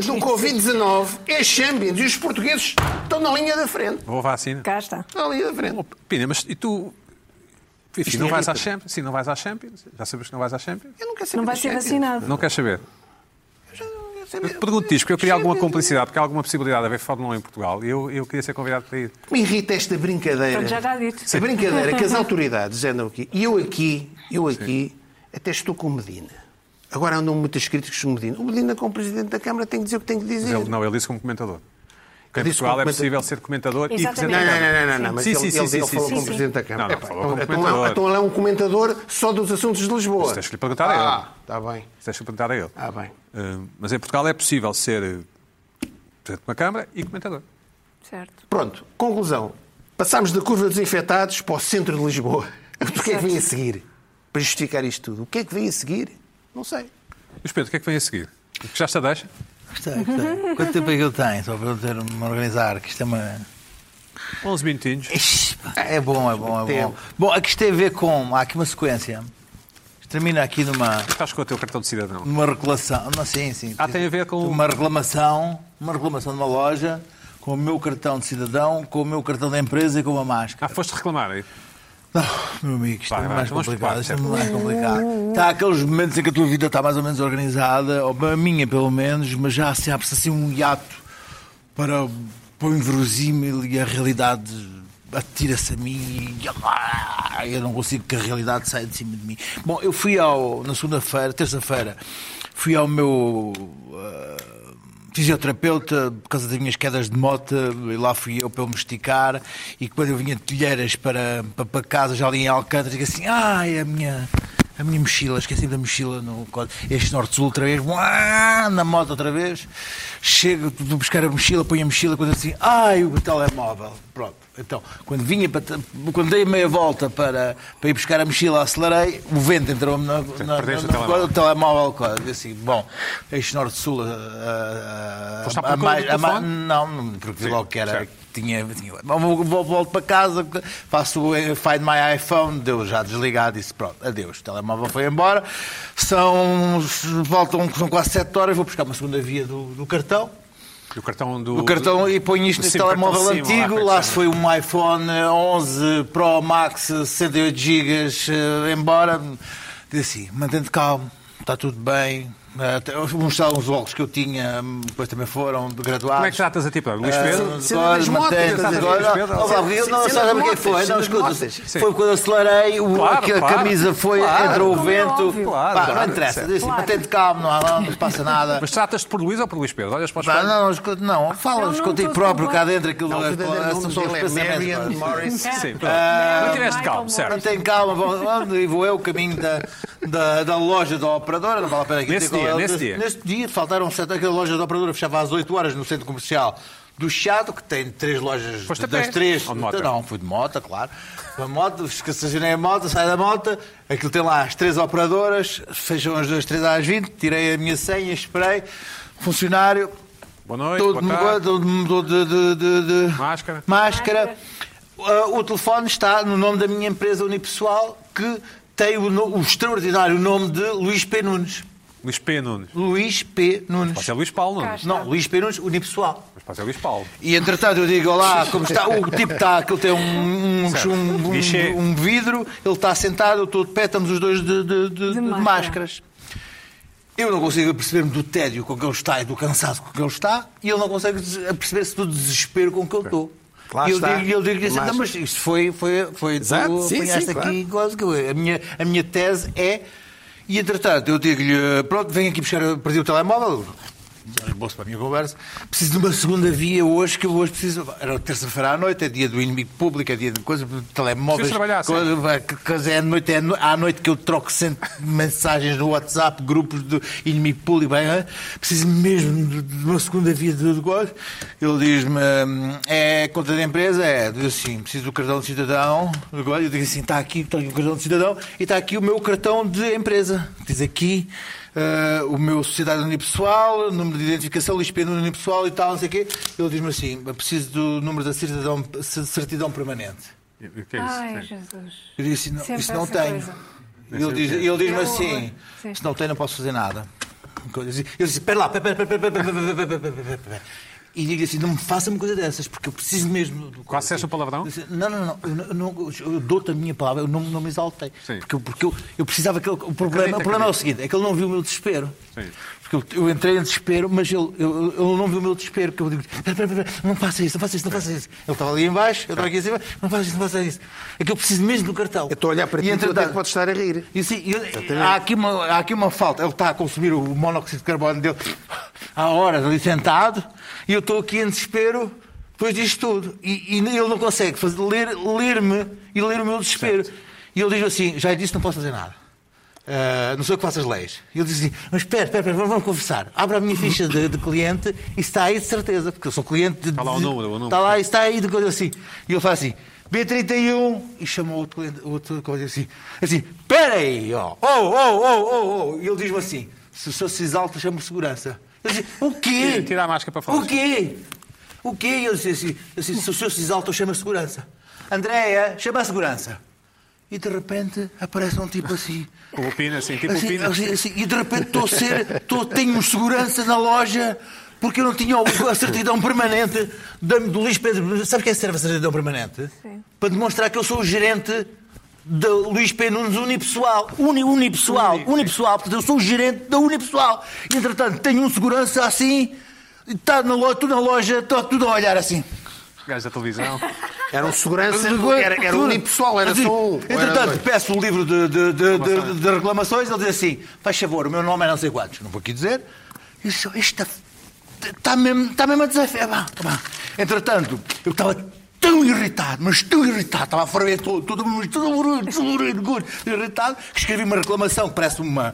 S2: *laughs*
S3: do Covid-19 é Champions e os portugueses estão na linha da frente.
S1: Vou à vacina.
S2: Cá está.
S3: Estão na linha da frente.
S1: Oh, Pina, mas e tu... Enfim,
S3: Isto
S1: não
S3: é
S1: vais à
S3: irrita.
S1: Champions? Sim, não vais à Champions? Já sabes que não vais à Champions?
S3: Eu não quero saber
S2: Não vai
S3: da
S2: ser
S3: Champions.
S2: vacinado.
S1: Não queres saber?
S3: Eu já não quero
S1: Eu
S3: saber.
S1: pergunto-te isto, porque eu queria alguma
S3: Champions.
S1: complicidade, porque há alguma possibilidade de haver Fórmula 1 em Portugal. E eu, eu queria ser convidado para ir.
S3: Me irrita esta brincadeira.
S2: Pronto, já está dito.
S3: Essa brincadeira
S2: *laughs*
S3: que as autoridades andam aqui. E eu aqui, eu aqui, até estou com o Medina. Agora andam muitas críticas com o Medina. O Medina, como presidente da Câmara, tem que dizer o que tem que dizer.
S1: Mas ele- não, ele disse como comentador. Que em
S3: Disse
S1: Portugal
S3: como
S1: é
S3: comenta-
S1: possível ser comentador e
S2: Exatamente.
S1: presidente
S3: Não,
S1: da
S3: não,
S1: Câmara.
S3: não, não, não, mas
S1: Sim,
S3: ele,
S1: sim,
S3: ele-
S1: sim,
S3: ele
S1: sim,
S3: falou
S1: sim,
S3: como
S1: sim.
S3: Presidente da
S1: Não,
S3: Câmara.
S1: não,
S3: Epá,
S1: falou como
S3: então, então
S1: comentador.
S3: lá- então lá é um comentador só dos assuntos de Lisboa.
S1: Mas tens que lhe perguntar a ele.
S3: Ah, está bem.
S1: Tens de perguntar a ele.
S3: Está bem.
S1: Ah, mas em Portugal é possível ser eh, presidente de uma Câmara e comentador.
S2: Certo.
S3: Pronto, conclusão. Passámos da curva dos infectados para o centro de Lisboa. *laughs* O que é que vem a seguir? Para justificar isto tudo. O que é que vem a seguir? Não sei.
S1: Mas Pedro, o que é que vem a seguir? Já está deixa?
S4: Gostei,
S3: *laughs*
S4: gostei. Quanto tempo é que eu tenho? Só para eu ter me organizar, que isto é uma.
S1: 11 minutinhos.
S4: Ixi, pá, É bom, é bom, é bom.
S3: Tempo.
S4: Bom, aqui tem a ver com. Há aqui uma sequência. Termina aqui numa,
S1: Estás com o teu cartão de cidadão.
S4: numa reclamação. Não, sim, sim.
S1: Ah, tem a ver com-
S4: Uma reclamação, uma reclamação de uma loja, com o meu cartão de cidadão, com o meu cartão da empresa e com uma máscara.
S1: Ah, foste reclamar aí.
S4: Não, Ah, meu amigo, isto
S1: Vai,
S4: é
S1: vai,
S4: mais
S1: vamos
S4: complicado.
S1: por
S4: Isto é
S1: partes,
S4: mais complicado. Está aqueles momentos em que a tua vida está mais ou menos organizada, ou a minha pelo menos, mas já se abre-se assim um hiato para, para o inverosímil e a realidade atira-se a mim e ah, eu não consigo que a realidade saia de cima de mim. Bom, eu fui ao, na segunda-feira, terça-feira, fui ao meu ah, fisioterapeuta por causa das minhas quedas de moto e lá fui eu para eu me esticar e quando eu vinha de Telheiras para, para, para casa já ali em Alcântara digo assim, ai a minha a minha mochila, esqueci da mochila no co- este norte-sul outra vez, uá, na moto outra vez chego de buscar a mochila, ponho a mochila quando assim, ai o telemóvel pronto, então quando vinha para, te- quando dei meia volta para, para ir buscar a mochila, acelerei, o vento entrou-me na, na, na,
S1: perdeste o
S4: na-
S1: telemóvel.
S4: o telemóvel quase. Assim, bom, este Norte-Sul. ah,
S1: Foste à
S4: ah, a,
S1: procura do
S4: mais- a mais-
S1: telefone?
S4: não, porque vi
S1: Sim,
S4: logo que era.
S1: certo.
S4: Tinha, tinha, bom, vou, vou- volto para casa, faço o eh, Find My iPhone, deu já desligado, disse pronto, adeus. O telemóvel foi embora. São, voltam, são quase 7 horas, vou buscar uma segunda via do, do cartão.
S1: O cartão do.
S4: O cartão e põe isto
S1: do sim,
S4: nesse
S1: cartão
S4: telemóvel
S1: de cima,
S4: antigo.
S1: para
S4: Lá
S1: cá.
S4: se foi um iPhone 11 Pro Max 68 GB eh, embora. Diz assim, mantendo calmo, está tudo bem. Eh, até- Uns uns óculos que eu tinha, hum, depois também foram graduados. Eh,
S1: Como é que tratas a ti, Pedro?
S3: Ah,
S1: Luís Pedro?
S4: Agora,
S1: Sendo das motas,
S4: mantém-
S1: tratas a Luís
S4: agora-
S1: Pedro?
S4: Ó, Vasco, eu Não
S1: Sendo das
S4: sabe o que é que foi?
S1: motas,
S4: Não,
S1: sendo das
S4: escuta
S1: motas. Sim.
S4: Foi quando acelerei, o-
S1: Claro,
S4: que a
S1: claro.
S4: camisa foi,
S1: Claro.
S4: entrou o
S2: Como é
S4: vento.
S2: óbvio.
S1: Claro,
S4: Pá,
S1: claro,
S4: Não interessa,
S1: certo.
S4: diz assim,
S2: Claro.
S4: mantém-te calmo, não há nada, não se passa nada.
S1: Mas tratas-te por Luís ou por Luís Pedro? Olhas para os
S4: Pá,
S1: pais.
S4: não, não, escuta, não,
S2: Eu
S4: falas
S2: não
S4: contigo
S2: tô
S4: próprio
S2: com
S4: cá dentro, aquilo
S3: Não, o verdadeiro
S4: é- são
S3: nome
S4: só os
S3: dele é Marion
S4: pensamentos. pá.
S3: Morris.
S1: Sim, pronto.
S2: Ah,
S1: Não tiveste
S2: Michael
S1: calmo,
S2: Moore.
S1: certo?
S4: Mantém calma, vou- ando e vou eu o caminho da, da, da loja da operadora, não vale a pena aqui
S1: Nesse
S4: dizer qual
S1: dia,
S4: é o-
S1: nesse dia.
S4: Neste dia, faltaram sete, aquela loja da operadora fechava às 8 horas no centro comercial do Chado, que tem três lojas
S1: Foste a
S4: das
S1: pé?
S4: três.
S1: Ou de moto?
S4: Não, fui de moto, claro. Uma moto, estacionei a é moto, saio da moto, aquilo tem lá as três operadoras, fecham as duas, três às 20, tirei a minha senha, esperei, funcionário,
S1: Boa noite,
S4: todo
S1: boa
S4: de
S1: tarde.
S4: todo de mudou de, de- de- de-
S1: Máscara.
S4: máscara. Ah, o telefone está no nome da minha empresa unipessoal que tem o, no- o extraordinário nome de Luís P. Nunes.
S1: Luís P. Nunes.
S4: Luís P.
S1: Pode
S4: Nunes.
S1: ser Luís Paulo Nunes.
S4: Não, Luís P. Nunes, unipessoal.
S1: Mas pode ser Luís Paulo.
S4: E entretanto eu digo, olá, como está? O tipo está, aquilo tem um, um,
S1: Certo.
S4: um- um-
S1: Guichê.
S4: um vidro, ele está sentado, eu estou de pé, estamos os dois de, de- de- de
S2: máscara.
S4: máscaras. Eu não consigo perceber-me do tédio com que ele está e do cansado com que ele está, e ele não consegue perceber-se do desespero com que eu estou.
S3: Lá
S4: e eu
S3: está.
S4: digo, eu digo assim, não, mas isto foi, foi, foi
S3: Exato,
S4: tu
S3: sim,
S4: apanhaste
S3: sim,
S4: aqui quase que eu- a minha, a minha tese é. E entretanto, eu digo-lhe, eh, pronto, vem aqui buscar, eu perdi o telemóvel, bolso para a minha conversa, preciso de uma segunda via hoje, que eu hoje preciso. Era terça-feira à noite, é dia do inimigo público, é dia de coisa, telemóveis.
S1: Preciso trabalhar, sim.
S4: coisa- Vai, que- que é à noite, é à no- à noite que eu troco sempre mensagens no WhatsApp, grupos do inimigo público. bem, hã? preciso mesmo de de uma segunda via de negócio. Ele diz-me: hum, é conta da empresa? É. Diz assim: preciso do cartão de cidadão. Agora eu digo assim: está aqui, está aqui o cartão de cidadão e está aqui o meu cartão de empresa. Diz aqui. ah, o meu sociedade unipessoal, número de identificação, LISP unipessoal e tal, não sei o quê. Ele diz-me assim: preciso do número da certidão, certidão permanente.
S1: E- e O que é isso?
S2: Ai,
S1: Sim.
S2: Jesus.
S4: Eu disse, não,
S2: Sempre
S4: isso não
S2: essa
S4: tenho.
S2: coisa.
S1: é
S4: Ele diz- ele diz-me
S2: Eu-
S4: assim,
S2: Sim.
S4: se não tenho não posso fazer nada. assim. Eu disse, eu disse pera lá, pera, pera, pera, pera, pera, pera, pera, pera, pera, pera. E digo assim, não me faça uma coisa dessas, porque eu preciso mesmo... do-
S1: Quase disseste um palavrão?
S4: Disse, assim." Não, não, não, eu, não- eu, não- eu dou-te a minha palavra, eu não, não me exaltei.
S1: Sim.
S4: Porque, eu- porque eu, eu precisava que ele... O problema,
S1: Acredito,
S4: o problema é o
S1: acredito.
S4: seguinte, é que ele não viu o meu desespero.
S1: Sim.
S4: Porque eu, eu entrei em desespero, mas ele, eu, eu não vi o meu desespero. Que eu digo: pera, pera, pera, não faça isso, não faça isso, não faça isso. Ele estava ali em baixo, eu estava aqui em cima, não faça isso, não faça isso. É que eu preciso mesmo do cartão.
S3: Tá. Eu estou a olhar para
S4: E,
S3: ti e tu
S4: entretanto,
S3: até que podes estar a rir.
S4: e sim, eu- há, aqui uma, há aqui uma falta. Ele está a consumir o monóxido de carbono dele há horas ali sentado e eu estou aqui em desespero depois disto tudo. E, e ele não consegue fazer, ler, ler-me e ler o meu desespero. E ele diz assim: já lhe disse, não posso fazer nada. Ah, não sei o que faço as leis. E ele diz assim: Mas espera, espera, espera, vamos conversar. Abra a minha ficha de, de cliente e está aí de certeza, porque eu sou cliente de.
S1: Está lá o
S4: de-
S1: número, o número.
S4: Está lá, está aí de coisa assim. E ele faz assim, B31, e chama outro cliente, outro coisa assim, assim, peraí, ó, oh, oh, oh, oh, oh. E ele diz-me assim, se o senhor se exalta, chama segurança. Eu disse, o quê?
S1: Tira- tira a máscara para falar.
S4: O quê? O quê? E ele disse assim, eu disse, se o senhor se exalta, chama segurança. Andréia, chama a segurança. E de repente aparece um tipo assim,
S1: Tipo Lupina, sim, tipo
S4: Assim,
S1: Lupina.
S4: assim, assim, e de repente estou a ser, estou, tenho um segurança na loja porque eu não tinha o- a certidão permanente da- do Luís Pedro. Sabe quem é serve a certidão permanente?
S2: Sim.
S4: Para demonstrar que eu sou o gerente da Luís P. Nunes Unipessoal. Uni, unipessoal. Unipessoal. Portanto, eu sou o gerente da Unipessoal. E, entretanto, tenho um segurança assim, está na loja, tudo na loja, está tudo a olhar assim.
S1: Gajo da televisão.
S3: Era um segurança,
S4: Tudo.
S3: era, era um
S4: Tudo.
S3: unipessoal, era
S4: Assim,
S3: só um. ou era
S4: Entretanto,
S3: dois.
S4: peço o livro de, de- de- de- de reclamações, ele diz assim: faz favor, o meu nome é não sei quantos, não vou aqui dizer. Isso, esta. Está mesmo, está mesmo a desafiar. Vá, tá bom. Entretanto, eu estava tão irritado, mas tão irritado, estava a ferver todo, todo, mas todo barulho, todo barulho, gordo, irritado, que escrevi uma reclamação que parece uma.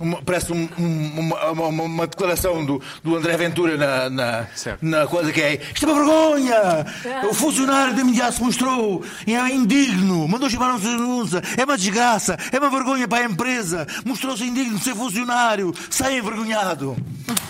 S4: uma- parece um- um- uma, uma- uma declaração do, do André Ventura na, na,
S1: Certo.
S4: na coisa que é isto é uma vergonha o funcionário da imediato se mostrou e é indigno mandou chamar uma denúncia é uma desgraça é uma vergonha para a empresa mostrou-se indigno de ser funcionário sai envergonhado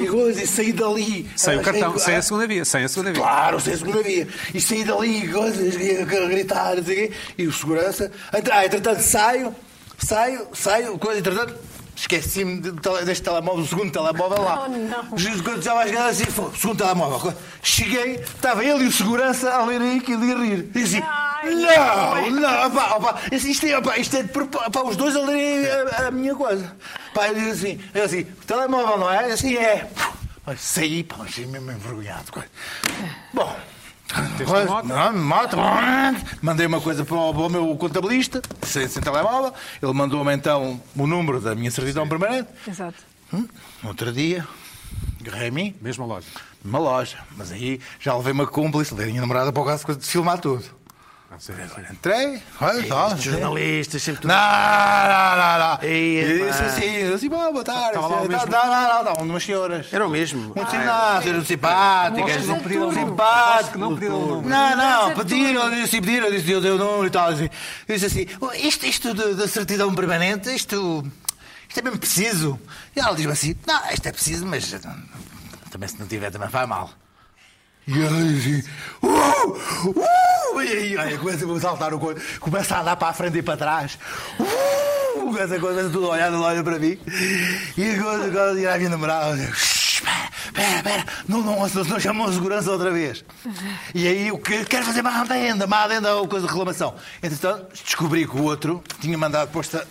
S4: e coisa, e saí dali
S1: Sem o cartão,
S4: Ah,
S1: sem a segunda via, sem a segunda via.
S4: Claro, sem segunda via. E saí dali, coisas, e a gritar, não sei o quê. E o segurança. entra- Ah, entretanto, saio, saio, saio, coisa, entretanto, Esqueci-me de tele- deste telemóvel, do segundo telemóvel lá.
S2: Oh, não.
S4: Jesus, Quando estava a chegar assim, foi, segundo telemóvel. Cheguei, estava ele e o segurança a lerem aquilo e a rir. E assim,
S2: Ai,
S4: não, não, opá, opá, isto é, opá, isto é de propósito, opá, os dois a lerem a, a minha coisa. Pá, ele diz assim, ele assim, telemóvel não é? E assim, é. Pá, Saí, pá, achei mesmo envergonhado. coisa. Bom.
S1: Teste de moto?
S4: Não, moto. Mandei uma coisa para o, para o meu contabilista, sem, sem telemóvel. Ele mandou-me então o número da minha certidão permanente.
S2: Exato.
S4: Hum, Outro dia, agarrei a mim,
S1: Mesma loja.
S4: numa loja. Mas aí já levei uma cúmplice, levei a minha namorada para o caso de filmar tudo.
S1: Ah, sim.
S4: Agora entrei, olha só.
S3: Os jornalistas, sempre
S4: Não, não, não, não.
S3: Ei,
S4: Eu disse
S3: pá.
S4: assim, eu disse, bom, boa tarde.
S1: Estava lá o
S4: Não,
S1: mesmo-
S4: não, não, não, estavam umas senhoras.
S3: Era o mesmo.
S1: Ah,
S4: Muito
S1: é.
S4: simpáticas, eram simpáticas.
S2: Vocês é tudo.
S4: simpáticas.
S1: Não pediram o número.
S2: Mas
S4: Não,
S2: é
S4: não, pediram, eu disse, pediram, eu disse, eu dei o número e tal. Assim. Eu disse assim, "Oh, isto, isto de- da certidão permanente, isto, isto é mesmo preciso. E ela diz-me assim, não, isto é preciso, mas eh, também se não tiver também vai mal. E ela diz assim, uh, uh, e aí, olha, começa a saltar o coisa, começa a andar para a frente e para trás. Uh, essa coisa, tudo olhando, ela olha para mim. E agora, agora dirá a minha namorada, olha, "Shh, espera, espera, espera, não, não, não, não chamam a segurança outra vez. E aí, o que quero fazer uma adenda, uma adenda ou coisa de reclamação. Entretanto, descobri que o outro tinha mandado posta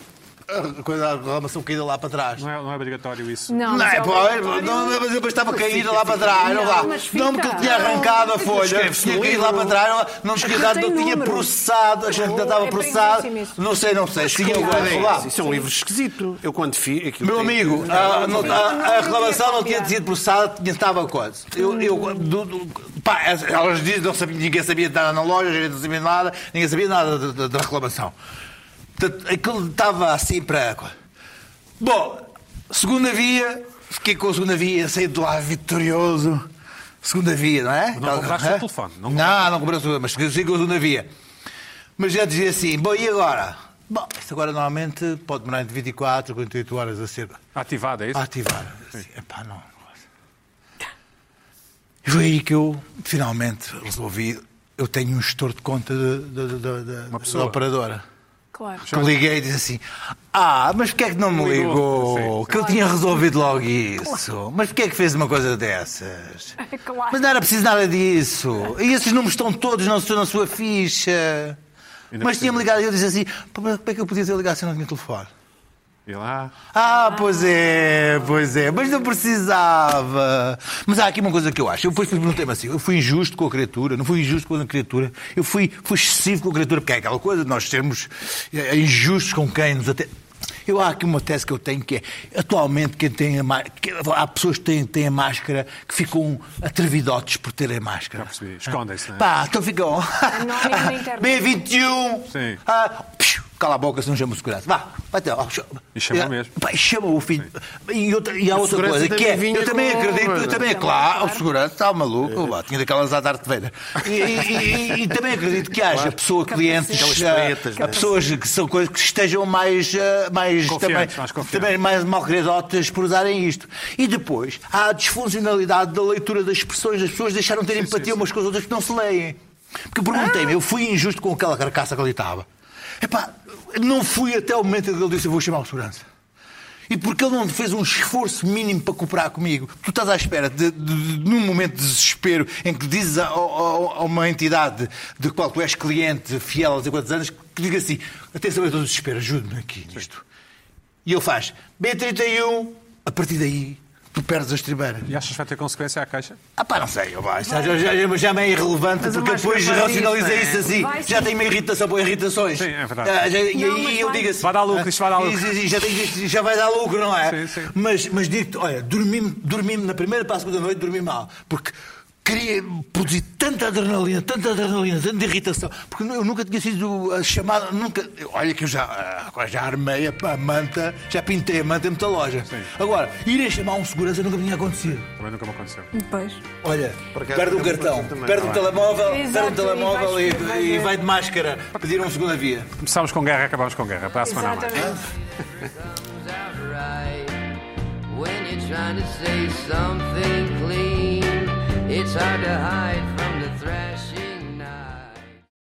S4: a coisa da reclamação caída lá para trás.
S1: Não é, não é obrigatório isso.
S2: Não,
S4: Não,
S2: mas
S4: é,
S2: é
S4: pô,
S2: obrigatório.
S4: não, mas depois estava caída lá para trás, não
S2: Não,
S4: lá.
S2: mas fica.
S4: Não, porque ele tinha arrancado a folha,
S3: Escreve-se
S4: tinha
S3: no
S4: caído
S3: livro.
S4: lá para trás, não, não tinha dado,
S2: tem
S4: não tinha
S2: número.
S4: processado, a gente ainda estava
S2: é
S4: processado.
S2: perigosíssimo isso.
S4: Não sei, não sei, tinha
S3: Não,
S4: o
S3: não,
S4: coisa lá.
S3: isso, Isso é um livro esquisito. Eu quando fiz. aquilo
S4: Meu
S3: tem-
S4: amigo, a, não- a- a
S2: não, não
S4: reclamação não
S2: devia Hum.
S4: tinha sido processada, tinha estava quase. Eu, eu do- do- pá, as- elas dizem, não sabia, ninguém sabia de nada na loja, ninguém sabia de nada, ninguém sabia nada da- da- da reclamação. Portanto, aquilo estava assim para. Bom, segunda via, fiquei com a segunda via, saí de lá vitorioso. Segunda via, não é?
S1: não compraste o
S4: Hã?
S1: telefone, não
S4: Não, não comprei o telefone, mas saí com a segunda via. Mas já dizia assim, bom, e agora? Bom, isto agora normalmente pode demorar entre 24 e 48 horas a ser
S1: Ativado, é isso?
S4: ativar. Assim, epá, não. E foi aí que eu finalmente resolvi. Eu tenho um gestor de conta de- de- de- de-
S1: Uma
S4: da
S1: pessoa.
S4: operadora.
S2: Claro.
S4: Que liguei e disse assim: Ah, mas porquê é que não me
S1: Ligou.
S4: ligou?
S1: Sim, sim.
S4: Que eu tinha resolvido logo isso. Mas porquê é que fez uma coisa dessas?
S2: Claro.
S4: Mas não era preciso nada disso. E esses números estão todos na sua, na sua ficha.
S1: Ainda
S4: Mas
S1: por
S4: tinha-me
S1: cima.
S4: ligado e eu disse assim: "Pá, mas Como é que eu podia ter ligado se eu não tinha telefone?
S1: E lá.
S4: Ah, pois é, pois é, mas não precisava. Mas há aqui uma coisa que eu acho. Eu depois perguntei-me assim: eu fui injusto com a criatura, não fui injusto com a criatura, eu fui, fui excessivo com a criatura, porque é aquela coisa de nós sermos eh, injustos com quem nos até. Eu há aqui uma tese que eu tenho que é, atualmente quem tem a má- que- há pessoas que têm, têm a máscara que ficam atrevidotes por terem máscara.
S1: Já percebi. Escondem-se, não é?
S4: Pá, então ficam.
S2: Anónimos na internet.
S4: B21.
S1: Sim.
S4: Ah, psiu, cala a boca, se não chama o segurança. Vá, vai ter.
S1: E chama mesmo.
S4: É, Pá, chama o filho. E, outra, e há
S3: O
S4: outra
S3: segurança
S4: coisa que
S3: também
S4: é.
S3: vinha
S4: Eu também
S3: com-
S4: acredito, eu também, é
S2: Também,
S4: claro,
S2: claro.
S4: o segurança está maluco. Lá, tinha daquelas à Darth Vader. E, e- e- e também acredito que haja pessoa, clientes,
S3: Aquelas
S4: ah,
S3: pretas, né?
S4: a pessoas que são coisas que estejam mais. ah, mais
S1: Confiantes,
S4: também,
S1: mais confiantes.
S4: também mais malcriadotas por usarem isto. E depois há a disfuncionalidade da leitura das expressões. As pessoas deixaram de ter empatia umas com as outras que não se leem. Porque perguntei-me, eu fui injusto com aquela carcaça que ali estava. Epá, não fui até o momento em que ele disse: eu vou chamar o segurança. E porque ele não fez um esforço mínimo para cooperar comigo, tu estás à espera de, de- de- num momento de desespero em que dizes a, a- a- a uma entidade de qual tu és cliente fiel há não sei quantos anos, que diga assim: atenção, eu estou no desespero, ajude-me aqui nisto. E ele faz B31, a partir daí tu perdes a estribeira.
S1: E achas que vai ter consequência à caixa?
S4: Ah pá, não sei, eu vá, isto já, já, já, já me é irrelevante
S3: Mas a
S4: porque
S3: máscara
S4: depois
S3: faz
S4: racionaliza
S3: isso,
S4: isso,
S3: é?
S4: assim.
S2: Vai
S4: já
S2: sim.
S4: tem uma irritação por irritações.
S1: Sim, é verdade.
S4: Ah, já- e
S2: Não, mas
S4: aí eu
S2: vai.
S4: digo assim.
S1: Vai dar lucro, isto vai dar lucro.
S4: Isso, isso, já, tem- já vai dar lucro, não é?
S1: Sim, sim.
S4: Mas, mas digo-te, olha, dormi-me dormi-me na primeira para a segunda noite, dormi mal. Porque queria produzir tanta adrenalina, tanta adrenalina, tanta irritação. Porque eu nunca tinha sido ah, chamado, nunca. Olha que eu já, ah, já armei a, a manta, já pintei a manta em muita loja. Agora, irem chamar um segurança nunca me tinha acontecido.
S1: Também nunca me aconteceu.
S4: Hum.
S2: Depois.
S4: Olha,
S3: acaso,
S4: perde um
S3: também
S4: cartão,
S3: pode ser também. Tá
S4: perde um telemóvel,
S2: Exato,
S4: perde um
S2: e
S4: telemóvel
S2: vais-
S4: e,
S2: vai
S4: e
S2: ver.
S4: vai de máscara pedir uma segunda via.
S1: Começámos com guerra, acabámos com guerra. Para a semana a mais.
S2: Exatamente.
S5: comes out right when you're trying to say something clean. It's hard to hide from the thrashing.